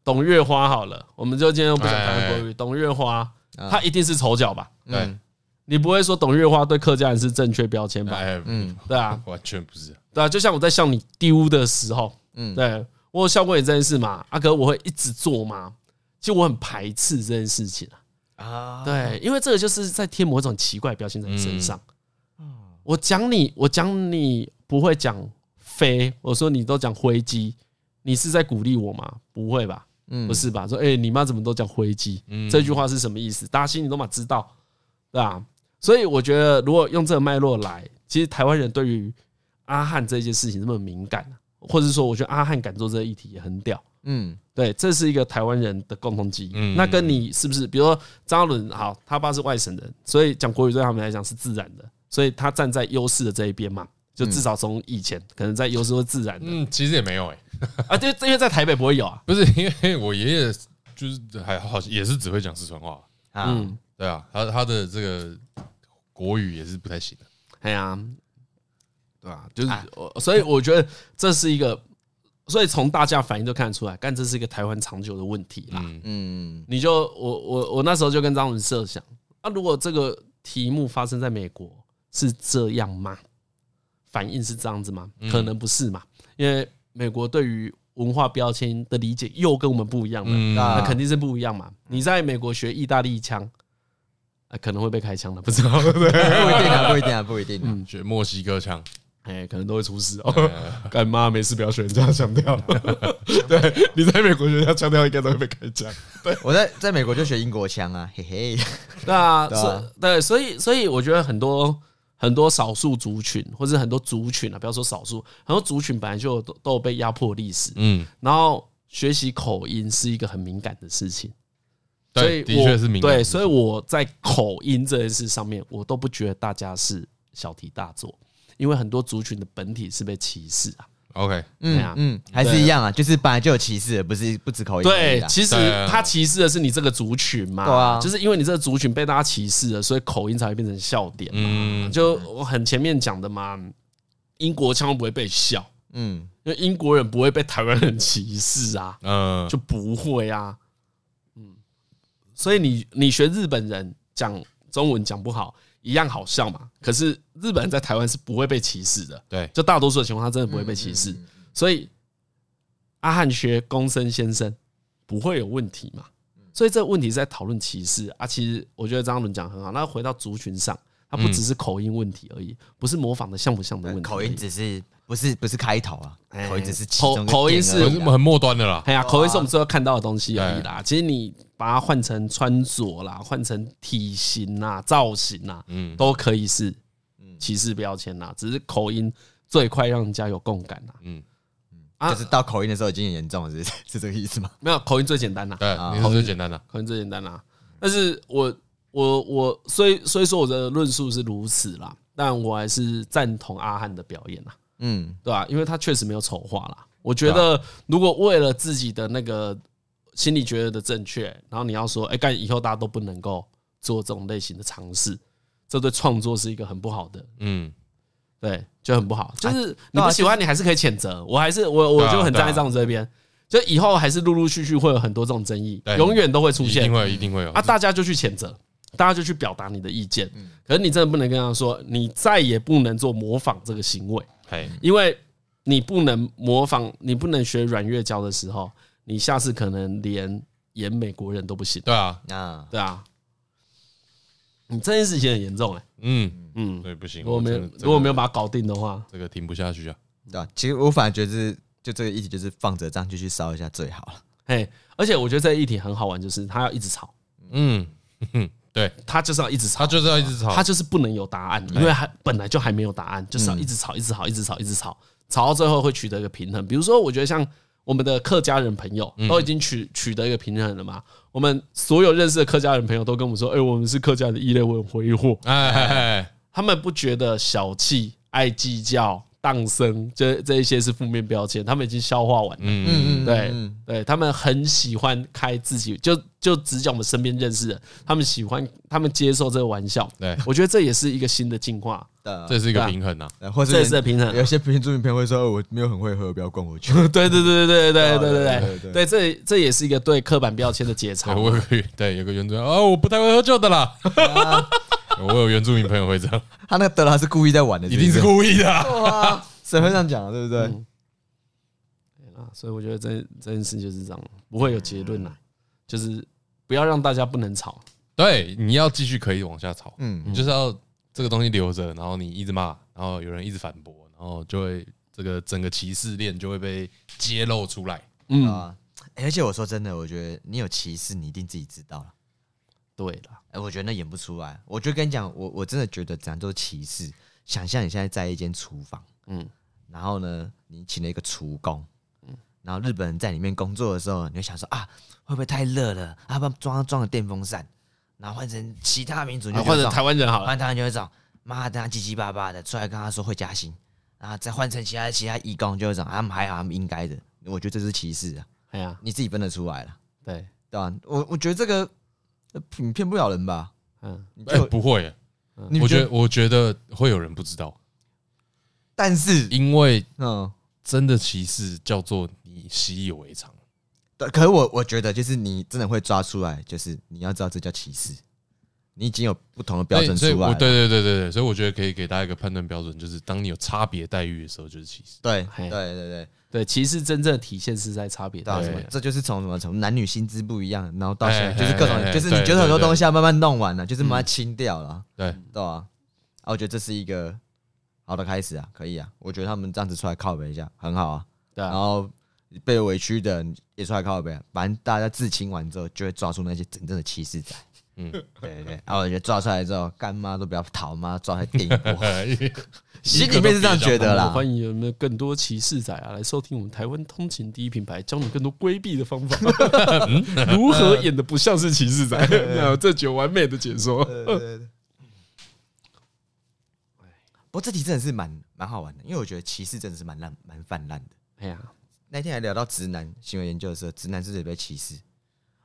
C: 董月花好了，我们就今天又不讲台湾国语。董月花，
A: 哎啊
C: 她一定是丑角吧？
A: 嗯
C: 你不会说董月花对客家人是正确标签吧？
B: 哎，
A: 嗯
C: 对啊，
B: 完全不是，
C: 对啊，就像我在向你丢的时候，
A: 嗯，
C: 对我有笑过你这件事嘛？阿哥，我会一直做吗？其实我很排斥这件事情啊，
A: 啊，
C: 对，因为这个就是在贴某一种奇怪的标签在你身上。我讲你，我讲你不会讲飞，我说你都讲灰机，你是在鼓励我吗？不会吧？
A: 嗯
C: 不，是吧？说哎、你妈怎么都讲灰机？
B: 嗯
C: 这句话是什么意思？大家心里都嘛知道，对吧？所以我觉得，如果用这个脉络来，其实台湾人对于阿汉这件事情这么敏感，啊或者说，我觉得阿汉敢做这个议题也很屌。
A: 嗯
C: 对，这是一个台湾人的共同记忆。
B: 嗯
C: 那跟你是不是，比如说张嘉伦，好，他爸是外省人，所以讲国语对他们来讲是自然的，所以他站在优势的这一边嘛，就至少从以前可能在优势或自然的
B: 嗯，其实也没有哎，
C: 啊，对，因为在台北不会有啊，
B: 不是因为我爷爷就是还好也是只会讲四川话，
A: 啊，
C: 嗯，
B: 对啊，他他的这个国语也是不太行的，
C: 哎呀，对啊，就是
A: 啊
C: 我，所以我觉得这是一个，所以从大家反应就看得出来，但这是一个台湾长久的问题啦。
B: 嗯，
A: 嗯
C: 你就我我我那时候就跟张文设想，啊，如果这个题目发生在美国是这样吗？反应是这样子吗？可能不是嘛，因为美国对于文化标签的理解又跟我们不一样了，
B: 嗯
A: 那
C: 那肯定是不一样嘛。你在美国学意大利腔，啊，可能会被开枪的，不知道。
A: 不一定啊，不一定啊，不一定啊，
B: 学墨西哥腔，
C: 哎、可能都会出事哦。
B: 嗯
C: 干妈没事，不要学人家腔调。 对，你在美国学人家腔调，应该都会被开枪。
A: 我在在美国就学英国腔啊，嘿嘿，
C: 对啊，
A: 对啊
C: 所对，所以所以我觉得很多很多少数族群，或者很多族群啊，不要说少数，很多族群本来就有都都有被压迫的历史，
B: 嗯，
C: 然后学习口音是一个很敏感的事情。所以
B: 对，
C: 我
B: 的确是敏感，
C: 对，所以我在口音这件事上面，我都不觉得大家是小题大做，因为很多族群的本体是被歧视啊。
B: OK，
C: 对啊
A: 嗯嗯，还是一样啊，就是本来就有歧视的，不是不止口音而已
C: 对，
A: 啦，
C: 其实
B: 啊对
C: 他歧视的是你这个族群嘛，
A: 对啊
C: 就是因为你这个族群被大家歧视了，所以口音才会变成笑点嘛。
B: 嗯，
C: 就我很前面讲的嘛，英国腔不会被笑，
A: 嗯
C: 因为英国人不会被台湾人歧视啊，
B: 呃，
C: 就不会啊。嗯，所以你你学日本人讲中文讲不好，一样好笑嘛。可是日本人在台湾是不会被歧视的，
B: 对，
C: 就大多数的情况，他真的不会被歧
A: 嗯
C: 视。所以阿汉学公生先生不会有问题嘛？
A: 嗯
C: 所以这个问题是在讨论歧视啊。其实我觉得张伦讲得很好，那回到族群上，它不只是口音问题而已，不是模仿的像不像的问
A: 呃
C: 题。
A: 口音，只是不是不是开头啊，
C: 哎
A: 口音只是其
C: 口
A: 中一个
C: 口音
A: 点
C: 是
A: 而
B: 很
A: 已啊
B: 很末端的啦，
C: 哎呀，口音是我们最后看到的东西而已
A: 哎
C: 啦。其实你把它换成穿着啦，换成体型啦、造型啦，
B: 嗯，
C: 都可以是
A: 嗯
C: 歧视标签啦。只是口音最快让人家有共感啦。
B: 嗯，
C: 啊
A: 就是到口音的时候已经很严重了，是 是这个意思吗？
C: 没有口音最简单啦。
B: 对，你是最简单的，
C: 可能最简单啦。但是我我我，虽虽说我的论述是如此啦，但我还是赞同阿汉的表演啦，啊
A: 嗯
C: 对吧、因为他确实没有丑化啦。我觉
B: 啊
C: 得如果为了自己的那个心里觉得的正确，然后你要说，哎、干以后大家都不能够做这种类型的尝试，这对创作是一个很不好的。
B: 嗯，
C: 对，就很不好。
B: 哎
C: 就是你
A: 对啊
C: 不
A: 就
C: 喜欢，你还是可以谴责。我还是我，我
B: 对啊
C: 就很站在
B: 对啊
C: 这样这边。就以后还是陆陆续续会有很多这种争议
B: 对，
C: 永远都会出
B: 一
C: 现
B: 定。会一定会有
C: 啊，大家就去谴责，大家就去表达你的意见。可是你真的不能跟他说，你再也不能做模仿这个行为，
B: 哎，
C: 因为你不能模仿，你不能学阮月娇的时候，你下次可能连演美国人都不行，
B: 对啊，
A: 啊，
C: 对啊。你这件事情很严重哎、
B: 嗯，
C: 嗯，
B: 对，不行，
C: 如果没有
B: 真的这个
C: 如果没有把它搞定的话，
B: 这个听不下去啊，
A: 对吧、其实我反而觉得是，就这个议题就是放着这样继续烧一下最好了。
C: 嘿，而且我觉得这一题很好玩，就是他要一直吵，
B: 嗯，哼哼对
C: 他就是要一直吵
B: 他，就是要一直吵，
C: 他就是不能有答案，因为还本来就还没有答案，就是要一直吵，一直吵，一直吵，一直吵，吵到最后会取得一个平衡。比如说，我觉得像我们的客家人朋友都已经取取得一个平衡了嘛，我们所有认识的客家人朋友都跟我们说，哎，我们是客家的异类文挥霍，
B: 哎哎哎，
C: 他们不觉得小气、爱计较、荡生这这一些是负面标签，他们已经消化完了。
B: 嗯，
A: 嗯
C: 对对，他们很喜欢开自己，就就只讲我们身边认识的，他们喜欢，他们接受这个玩笑。
B: 对，
C: 我觉得这也是一个新的进化，
A: 的，
B: 这是一个平 衡啊，
A: 呃或
C: 这也
A: 是
C: 是个平衡。
A: 有些原住民朋友会说，哦我没有很会喝，不要灌我酒。
C: 对对对对对对对
A: 对
C: 对对
A: 对
C: 对，这这也是一个对刻板标签的解
B: 对，
C: 嘲。
B: 我有个 对有个原住民哦，我不太会喝酒的啦， 我有原住民朋友会这样，
A: 他那个德拉是故意在玩 的，
B: 一定是
A: 故
B: 故意的啊，
A: 哇，谁会这样讲啊？对不对？
C: 啊所以我觉得这这件事就是这样，不会有结论啦，就是不要让大家不能吵。
B: 对，你要继续可以往下吵，
A: 嗯，
B: 你就是要这个东西留着，然后你一直骂，然后有人一直反驳，然后就会这个整个歧视链就会被揭露出来。
C: 嗯，
A: 啊，哎而且我说真的，我觉得你有歧视，你一定自己知道了。
C: 对啦，
A: 哎，我觉得那演不出来。我就跟你讲，我我真的觉得咱都是歧视。想象你现在在一间厨房，
C: 嗯嗯
A: 嗯，然后呢，你请了一个厨工，然后日本人在里面工作的时候，你就想说啊，会不会太热了？啊，要不然装装个电风扇，然后换成其他民族你就
C: 啊换
A: 觉得
C: 成
A: 这种
C: 台湾人好了。
A: 换台湾就会找，妈的，他唧唧巴巴的出来跟他说会加薪，啊，再换成其他其他义工就会讲，啊他们还好，他们应该的。我觉得这是歧视啊，
C: 哎呀，
A: 你自己分得出来了，
C: 对，
A: 对吧、我我觉得这个呃你骗不了人吧？
C: 嗯，
A: 你
B: 哎、
A: 就、
B: 不会耶，
A: 你
B: 我觉
A: 就
B: 得，我觉得会有人不知道，
A: 但是，
B: 因为
A: 嗯，
B: 真的歧视叫做你习以为常。
A: 对，可是我我觉得就是你真的会抓出来，就是你要知道这叫歧视，你已经有不同的标准出
B: 所以所以
A: 来
B: 我
A: 了，
B: 对对对对对，所以我觉得可以给大家一个判断标准，就是当你有差别待遇的时候，就是歧视。
A: 对
C: 嘿
A: 对对对
C: 对，其实真正的体现是在差别
A: 对啊，
C: 待
A: 什么
C: 遇。
A: 这就是从什么从男女薪资不一样，然后到现在
B: 哎
A: 就是各
B: 哎哎
A: 种，
B: 哎
A: 就是
B: 对
A: 你觉得很多
B: 对对嗯
A: 东西要慢慢弄完了，就是慢慢清掉了，
B: 对，
A: 对吧？啊，我觉得这是一个好的开始啊，可以啊，我觉得他们这样子出来靠北一下很好啊，
C: 对
A: 然
C: 啊，
A: 后被委屈的人也出来靠北啊，反正大家自清完之后就会抓出那些真正的歧视仔。
B: 嗯
A: 嗯，对对对，啊，我觉得抓出来之后，干妈都不要逃妈抓来电一波， 心里面是这样觉得啦。
C: 欢迎有没有更多骑士仔啊来收听我们台湾通勤第一品牌，教你更多规避的方 法，如何演的不像是骑士仔？
A: 嗯
C: 那这酒完美的解说。
A: 不过这题真的是蛮蛮好玩的，因为我觉得歧视真的是蛮烂蛮泛滥的。
C: 哎呀，
A: 那天还聊到直男行为研究的时候，直男是不是也被歧视？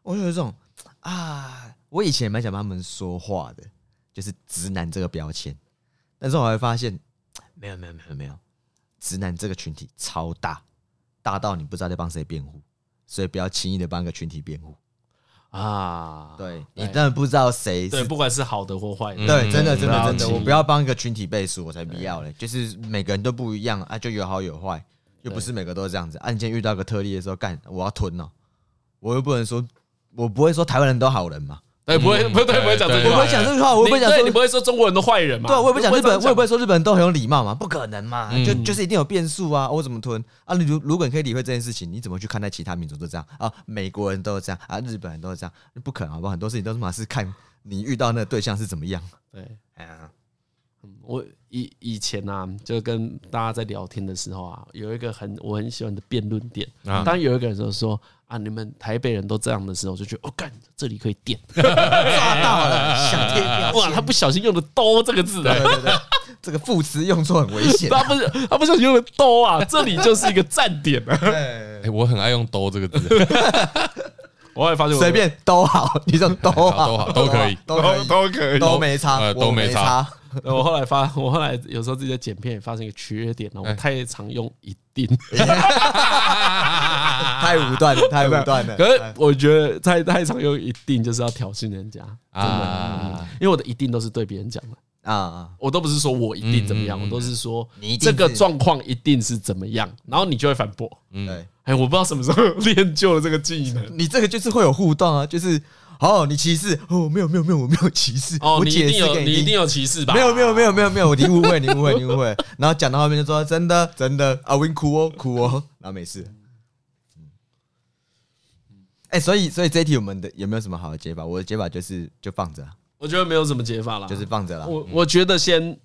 A: 我有一种啊，我以前蛮想帮他们说话的，就是直男这个标签，但是我会发现，没有没有没有没有，直男这个群体超大，大到你不知道在帮谁辩护，所以不要轻易的帮一个群体辩护。
C: 啊，
A: 哎对你真的不知道谁
C: 对，
A: 是
C: 不管是好的或坏的，
A: 对，真的，
B: 嗯
A: 真
C: 不要
A: 的，真的，
C: 轻易
A: 我不要帮一个群体背书，我才不要嘞。就是每个人都不一样啊，就有好有坏，又不是每个都是这样子。啊，你今天遇到一个特例的时候，干，我要吞哦，我又不能说，我不会说台湾人都好人嘛，
C: 对，不会，
B: 嗯
C: 不对，
B: 对
C: 不会讲这句
A: 我
C: 话，
A: 不会讲这句话，我
C: 你
A: 也不会讲
C: 对你
A: 说，
C: 不会说中国人都坏人嘛？
A: 对啊，我也不会讲
C: 你
A: 日本，我也不
C: 会
A: 会说日本人都很有礼貌嘛，不可能嘛，
B: 嗯
A: 就就是一定有变数啊，我怎么吞啊？你如如果你可以理会这件事情，你怎么去看待其他民族都这样啊？美国人都是这样啊，日本人都是这样，不可能好不好？很多事情都是嘛是看你遇到那个对象是怎么样。
C: 这样讲。对，
A: 哎呀，
C: 嗯我以以前啊，就跟大家在聊天的时候啊，有一个很我很喜欢的辩论点。
B: 啊
C: 当有一个人就说啊，你们台北人都这样的时候，我就觉得哦，干，这里可以点。
A: 抓到了，想贴标签
C: 哇，他不小心用了“兜”这个字啊，
A: 对对对，这个副词用错很危险。
C: 他不是他不小心用了“兜”啊，这里就是一个站点啊。
B: 哎、我很爱用“兜”这个 字，
C: 我也发现我
A: 随便都好，你 这种都好，
B: 都好都可以
A: 都可以，
C: 都可以
A: 都没差，
B: 呃都
A: 我
B: 没
A: 没
B: 差
C: 啊
A: 差。
C: 我后来发， 我后来有时候自己在剪片也发现一个缺点啊了，我太常用一定，
A: 太武断了，太武断了。
C: 啊可是我觉得太太常用一定就是要挑衅人家，
B: 啊，
C: 因为我的一定都是对别人讲的，
A: 啊啊，
C: 我都不是说我一定怎么样，我都是说
A: 你一定
C: 这
A: 是
C: 个状况一定是怎么样，然后你就会反驳。
A: 对，
C: 哎，我不知道什么时候练就了这个技能，
A: 你这个就是会有互动啊，就是哦，你歧视？哦，没有没有没有，我没有歧视。
C: 哦，
A: 我
C: 你一
A: 解
C: 定
A: 释
C: 有，
A: 给
C: 你一定
A: 听。
C: 有歧视吧？
A: 没有没有没有没有没有，你误会你误会你误 会。然后讲到后面就说真的真的，阿 Win 哭哦哭哦，然后没事。
C: 嗯
A: 哎、所以所以这一题我们的有没有什么好的解法？我的解法就是就放着啊，
C: 我觉得没有什么解法啦。
A: 就是放着啦。
C: 啊我我觉得先，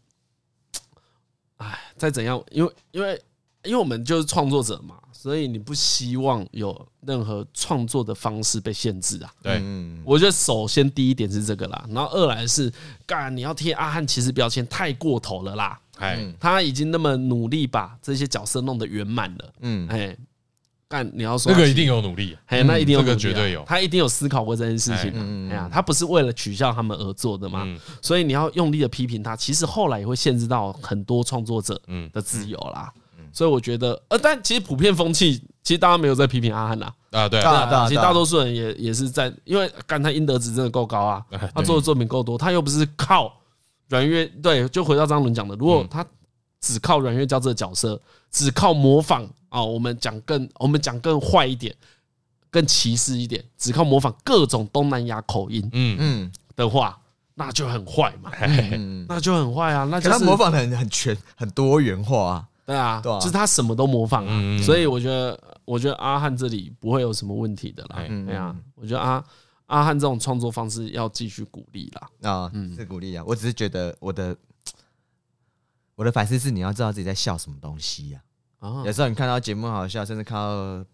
C: 哎，再怎样，因为因为因为我们就是创作者嘛，所以你不希望有任何创作的方式被限制啊。
B: 对，
A: 嗯，
C: 我觉得首先第一点是这个啦，然后二来是，干你要贴阿汉其实标签太过头了啦，
B: 哎，
A: 嗯
C: 他已经那么努力把这些角色弄得圆满了，
A: 嗯，
C: 哎，干你要说
B: 那个一定有努力啊，
C: 哎，那一定有
B: 这个
C: 努力啊
B: 绝对有
C: 他一定有思考过这件事情啊。哎呀，他不是为了取笑他们而做的嘛，
B: 嗯
C: 所以你要用力的批评他，其实后来也会限制到很多创作者
B: 嗯
C: 的自由啦。所以我觉得，呃，但其实普遍风气，其实大家没有在批评阿汉啦，
B: 啊，对啊，
A: 大啊对啊
C: 其实大多数人也也是在，因为干他应得值真的够高啊，
A: 哎
C: 他做的作品够多，他又不是靠阮月，对，就回到张伦讲的，如
A: 嗯
C: 果他只靠阮月娇这个角色，只靠模仿啊、我们讲更我们讲更坏一点，更歧视一点，只靠模仿各种东南亚口音
B: 嗯，
A: 嗯
C: 的话，那就很坏嘛，
A: 嗯，
C: 那就很坏啊，那
A: 可
C: 就是
A: 他模仿的很很全，很多元化啊。
C: 对啊，
A: 对啊
C: 就是他什么都模仿啊
B: 嗯，
C: 所以我觉得，我觉得阿汉这里不会有什么问题的
A: 哎
C: 啦。
B: 嗯
C: 对啊，我觉得阿阿汉这种创作方式要继续鼓励啦。
A: 啊，
C: 嗯
A: 是鼓励啊。我只是觉得我的我的反思是，你要知道自己在笑什么东西呀、
C: 啊
A: 有，时候你看到节目好笑，甚至看到呃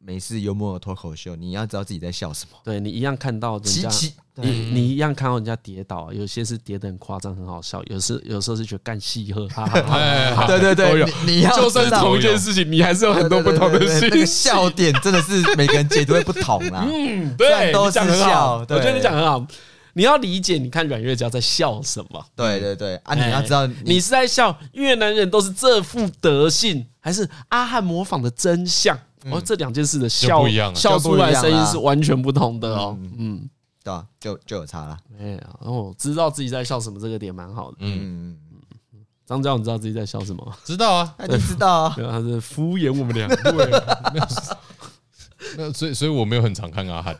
A: 美式幽默的脱口秀，你要知道自己在笑什么。
C: 对你一样看到人
A: 其
C: 家，
A: 其
C: 你
A: 对
C: 你一样看到人家跌倒啊，有些是跌得很夸张，很好笑；有时有时候是觉得干戏呵，哈哈哈 哈。
B: 哎，好
A: 对对
B: 都
A: 对
B: 有，
A: 你你要
B: 就算
A: 嗯知
B: 是
A: 道
B: 同一件
A: 对
B: 事情，你还是有
A: 对
B: 很多不同的
A: 对对
B: 事
A: 对那个
B: 情。
A: 笑点真的是每个人解读会不同啦。
B: 嗯，
A: 虽然
B: 对，
A: 都
B: 你讲得
A: 是
B: 很
A: 笑
B: 好，
A: 对
C: 我觉得你讲得很好，你要理解，你看阮月娇在笑什么。
A: 对对对啊，
C: 哎
A: 你要知道
C: 你
A: 你
C: 是在笑越南人都是这副德性，还是阿汉模仿的真相？
A: 嗯
C: 哦，这两件事的笑
B: 就不一样了
C: 笑出来的声
A: 就不一样
C: 音
A: 啦
C: 是完全不同的哦。嗯，
A: 对吧？就就有差了。
C: 哎呀，哦，知道自己在笑什么，这个点蛮好的。
A: 嗯，
C: 张娇，你知道自己在笑什么吗？
B: 知道啊，
A: 那你知道啊
C: 没有，他 是敷衍我们俩。
B: 那所以所以我没有很常看阿汉，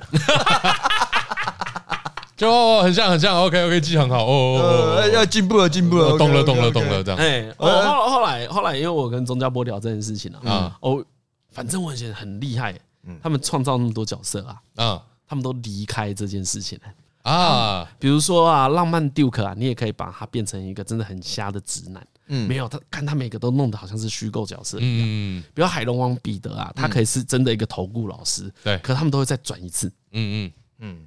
B: 就哦很像很像，OK OK，记得很好哦哦
A: 呃，
B: 哦
A: 要进步了，进步
B: 哦，
A: 了，
B: 懂了
A: OK，OK，OK
B: 懂了懂了，。这样
C: 哎，我后后来后来，因为我跟钟家波聊这件事情啊，
B: 啊
C: 哦，反正我觉得很厉害，他们创造那么多角色啊，
A: 哎
B: 啊
C: 他们都离开这件事情了。
B: 啊，
C: 比如说啊，浪漫 Duke 啊，你也可以把他变成一个真的很瞎的直男。
A: 嗯
C: 没有他，看他每个都弄得好像是虚构角色。
B: 嗯
C: 比如海龙王彼得啊，他可以是真的一个投顾老师，
B: 对
C: 可他们都会再转一次，
B: 嗯
A: 嗯，
B: 嗯，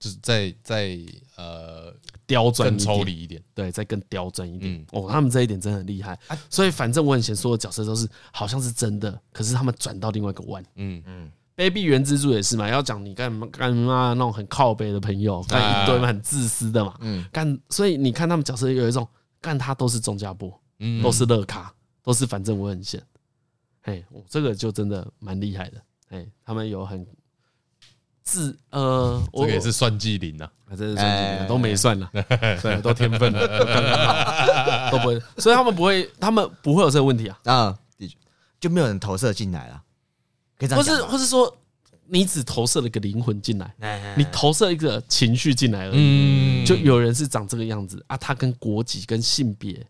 B: 就是再再呃
C: 刁钻
B: 更
C: 一
B: 抽
C: 点，
B: 离一点，
C: 对，再更刁钻一点
B: 嗯。啊
C: 哦，他们这一点真的很厉害。所以反正我以前说的角色都是好像是真的，可是他们转到另外一个弯。
B: 嗯，
C: baby 原蜘蛛也是嘛，要讲你干嘛干嘛那种很靠背的朋友，
B: 啊
C: 干一堆很自私的嘛，
B: 嗯
C: 干，所以你看他们角色有一种干他都是钟家波，
B: 嗯
C: 都是乐咖，都是反正我很闲，哎，我这个就真的蛮厉害的，哎，他们有很自呃，
B: 嗯这
C: 我
B: 个也是算计零啊，
C: 我啊真的算计
A: 哎
C: 都没算了，对，都天分了，都刚刚
B: 哎
C: 好，都不会，所以他们不会，他们不会有这个问题啊，
A: 啊，的确就没有人投射进来了，可以这
C: 或
A: 样
C: 是
A: 讲吧
C: 或是说你只投射了一个灵魂进来。你投射一个情绪进来而已，
B: 嗯，
C: 就有人是长这个样子啊，他跟国籍跟性别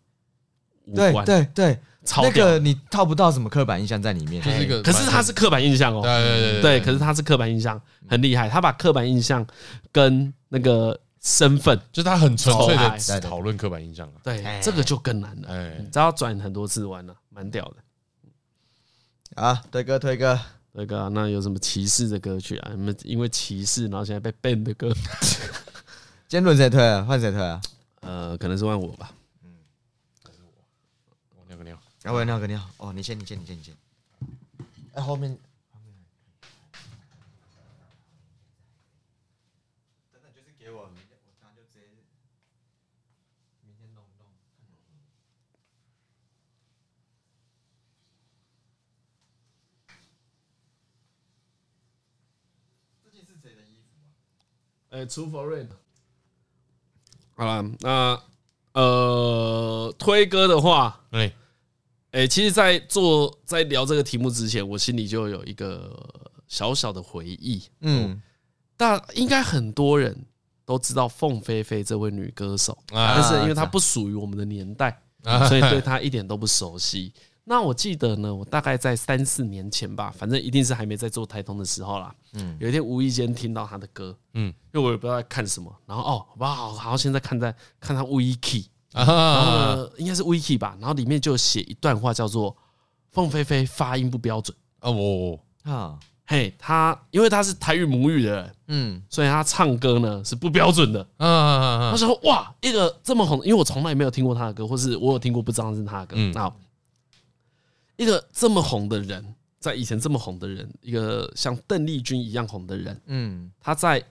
C: 无
A: 对
C: 关，
A: 对对，
C: 超
A: 那
C: 屌
A: 个你套不到什么刻板印象在里面，
B: 就是一个，
C: 可是他是刻板印象哦
B: 对，对对
C: 对，可是他是刻板印象，很厉害，他把刻板印象跟那个身份，
B: 就是他很纯粹
C: 丑态
B: 的只讨论刻板印象啊，
C: 对
A: 哎，
C: 这个就更难了，
B: 哎
C: 你，知道转很多次弯了，蛮屌的。
A: 啊，推哥推哥，
C: 那个啊、那有什么歧视的歌曲啊？你们因为歧视，然后现在被 ban 的歌，
A: 今天轮谁推啊？换谁推啊？
C: 呃，可能是换我吧。
B: 我尿个尿，
A: 啊，我尿个尿，哦，你先你先你先你先，哎，后面
C: 哎，厨佛瑞的。好了，那呃，推歌的话，
B: 对，
C: 哎、其实，在做在聊这个题目之前，我心里就有一个小小的回忆。
A: 嗯
C: 大应该很多人都知道凤飞飞这位女歌手，但
B: 啊
C: 是因为她不属于我们的年 代，所以对她一点都不熟悉。 那我记得呢，我大概在三四年前吧，反正一定是还没在做台通的时候啦。嗯，有一天无意间听到她的歌，
B: 嗯
C: 因为我也不知道在看什么，然后哦，哇，好像现在看在看她 Wiki，然后
B: 啊，
C: 呢，应该是 Wiki 吧，然后里面就有写一段话叫做“凤飞飞发音不标准
B: 啊我
A: 啊，”，
C: 嘿，她因为她是台语母语的人，
A: 嗯，
C: 所以她唱歌呢是不标准的。
B: 啊啊
C: 那时候哇，一个这么红，因为我从来没有听过她的歌，或是我有听过不知道是她的歌。
B: 嗯
C: 那一个这么红的人，在以前这么红的人，一个像邓丽君一样红的人，
A: 嗯，
C: 她在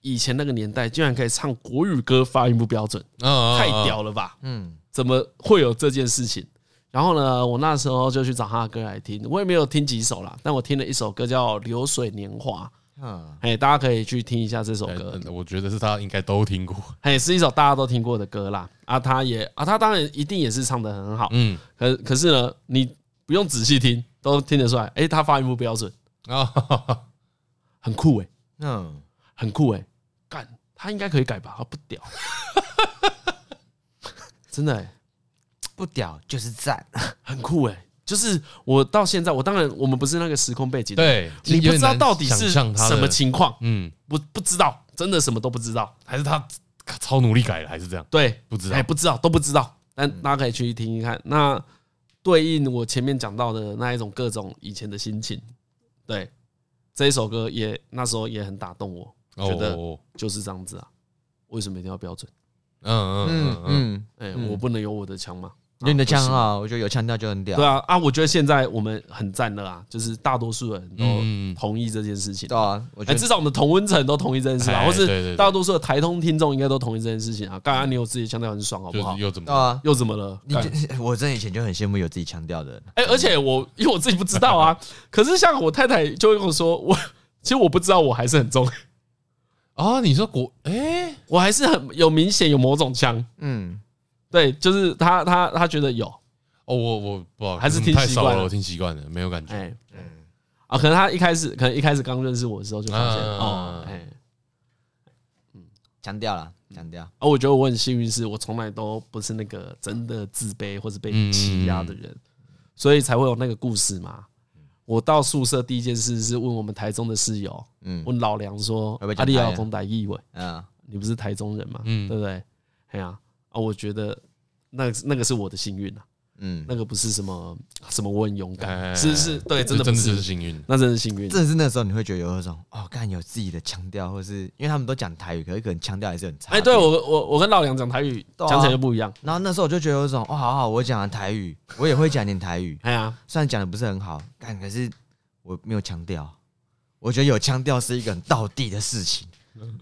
C: 以前那个年代居然可以唱国语歌发音不标准，
B: 啊，
C: 太屌了吧！
A: 嗯，
C: 怎么会有这件事情？然后呢，我那时候就去找他的歌来听，我也没有听几首啦，但我听了一首歌叫《流水年华》，
A: 啊，
C: 哎，大家可以去听一下这首歌，
B: 了！我觉得是他应该都听过，
C: 哎，是一首大家都听过的歌啦。啊，他也啊，他当然一定也是唱的很好，
B: 嗯
C: 可可是呢，你不用仔细听，都听得出来，哎，他发音不标准，
B: 啊，
C: 很酷哎、
A: 嗯，
C: 很酷哎、干，他应该可以改吧？他不屌， 真的哎、
A: 不屌就是赞，
C: 很酷哎、就是我到现在，我当然我们不是那个时空背景，
B: 对，
C: 你不知道到底是
B: 想象他
C: 什么
B: 的，
C: 情况，
B: 嗯，
C: 不不知道，真的什么都不知道。
B: 还是他超努力改的，还是这样？
C: 对，
B: 不知道
C: 哎，不知道，都不知道。但大家可以去听听看。那对应我前面讲到的那一种各种以前的心情，对这一首歌也那时候也很打动我，觉得
B: 哦
C: 就是这样子啊。为什么一定要标准？
B: 嗯嗯
A: 嗯
B: 嗯
A: 嗯，
C: 哎，
A: 嗯
C: 我不能有我的腔吗？
A: 因为你的腔
C: 不行
A: 啊，我觉得有腔调就很屌，
C: 对啊啊！我觉得现在我们很赞了啊，就是大多数人都
B: 嗯
C: 同意这件事情。
A: 对啊，我觉
C: 哎、
A: 得
C: 至少我们同温层都同意这件事吧，
B: 哎
C: 或
B: 对对
C: 是
B: 对
C: 大多数的台通听众应该都同意这件事情啊。刚刚你有自己的腔调很爽，好
B: 嗯，
C: 不
B: 就
C: 好
B: 是？又怎
A: 对
B: 么？
A: 啊，哎
C: 又怎么了？
A: 你就我真的以前就很羡慕有自己腔调的人，
C: 哎、而且我因为我自己不知道啊，可是像我太太就会跟我说，我其实我不知道，我还是很重，
B: 啊，你说国哎，
C: 我还是很有明显有某种腔。
A: 嗯，
C: 对，就是她她她觉得有，
B: 哦，我我不好意思，
C: 还是听
B: 太
C: 习
B: 少
C: 惯
B: 了，
C: 了
B: 我听习惯了，没有感觉。
C: 哎、
A: 嗯
C: 啊，可能她一开始可能一开始刚认识我的时候就发现、
B: 嗯
C: 哦，哎、
A: 腔调啦，腔调，
C: 啊，我觉得我很幸运，是我从来都不是那个真的自卑或是被
A: 嗯
C: 欺压的人，所以才会有那个故事嘛。
A: 嗯
C: 我到宿舍第一件事是问我们台中的室友，
A: 嗯
C: 问老梁说
A: 会
C: 阿
A: 不会：“讲
C: 丽
A: 台语
C: 老公台意伟，
A: 啊，
C: 你不是台中人嘛？
B: 嗯
C: 对不对？”哎呀、啊，我觉得那那个是我的幸运啊，
A: 嗯，
C: 那个不是什么什么我很勇
B: 哎
C: 敢，是是，对，真的
B: 这
C: 不
B: 真的就是
C: 是，
B: 幸运。
C: 那真的是幸运。
A: 真的是那时候你会觉得有一种哦，干有自己的腔调，或是因为他们都讲台语，可是可能腔调还是很差。
C: 哎，对我我我跟老梁讲台语，
A: 对啊
C: 讲起来就不一样。
A: 然后那时候我就觉得有一种哦，好好，我讲的台语，我也会讲点台语，
C: 哎呀、
A: 虽然讲的不是很好，但可是我没有腔调。我觉得有腔调是一个很道地的事情。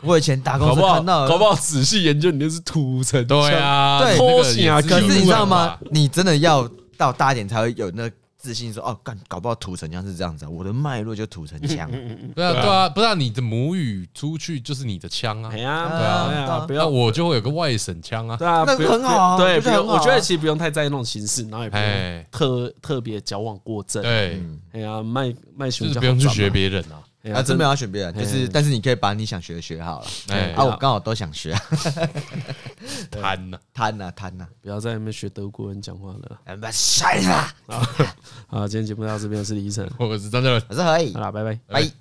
A: 我以前打工
C: 嗯搞
A: 时
C: 不
A: 候
C: 好
A: 看到，
C: 搞不好仔细研究你那是土城腔
B: 对啊，那
A: 对
C: 偷
B: 个
C: 袭啊
B: 也是
A: 可
B: 有
A: 是你知道
B: 办
A: 吗
B: 法？？
A: 你真的要到大一点才会有那自信说，哦，干，搞不好土城腔是这样子啊、我的脉络就土城腔。
C: 嗯
B: 对啊，对啊，不是啊，你的母语出去就是你的腔啊
C: 哎。呀，
A: 对
C: 对
A: 啊
C: 啊，不
B: 那
C: 要，
B: 我就会有个外省腔啊。
C: 对啊，
A: 那
C: 不用
A: 很好啊
C: 不对，
A: 我觉
C: 不
A: 得
C: 用，
A: 很好啊
C: 我觉得其实不用太在意那种形式，然后也不用
B: 哎，
C: 特特别矫枉过正。
B: 对，
C: 哎呀，卖卖熊
B: 就是
C: 就
B: 不用去
C: 好赚
B: 学
C: 嘛，
B: 别人啊。
C: 哎
A: 啊，
C: 呀，
A: 真没
C: 的嗯
A: 有要选别人，就是，但是你可以把你想学的学好了。
B: 哎，
A: 啊，我刚好都想学，
B: 贪呐，
A: 贪呐贪呐，
C: 不要在那边学德国人讲话了啦。
A: 哎不晒啦，
C: 好，今天节目到这边，我是李医生，
B: 我是张嘉伦。
A: 我是何以
C: 啊好，啦，拜拜。
A: 拜。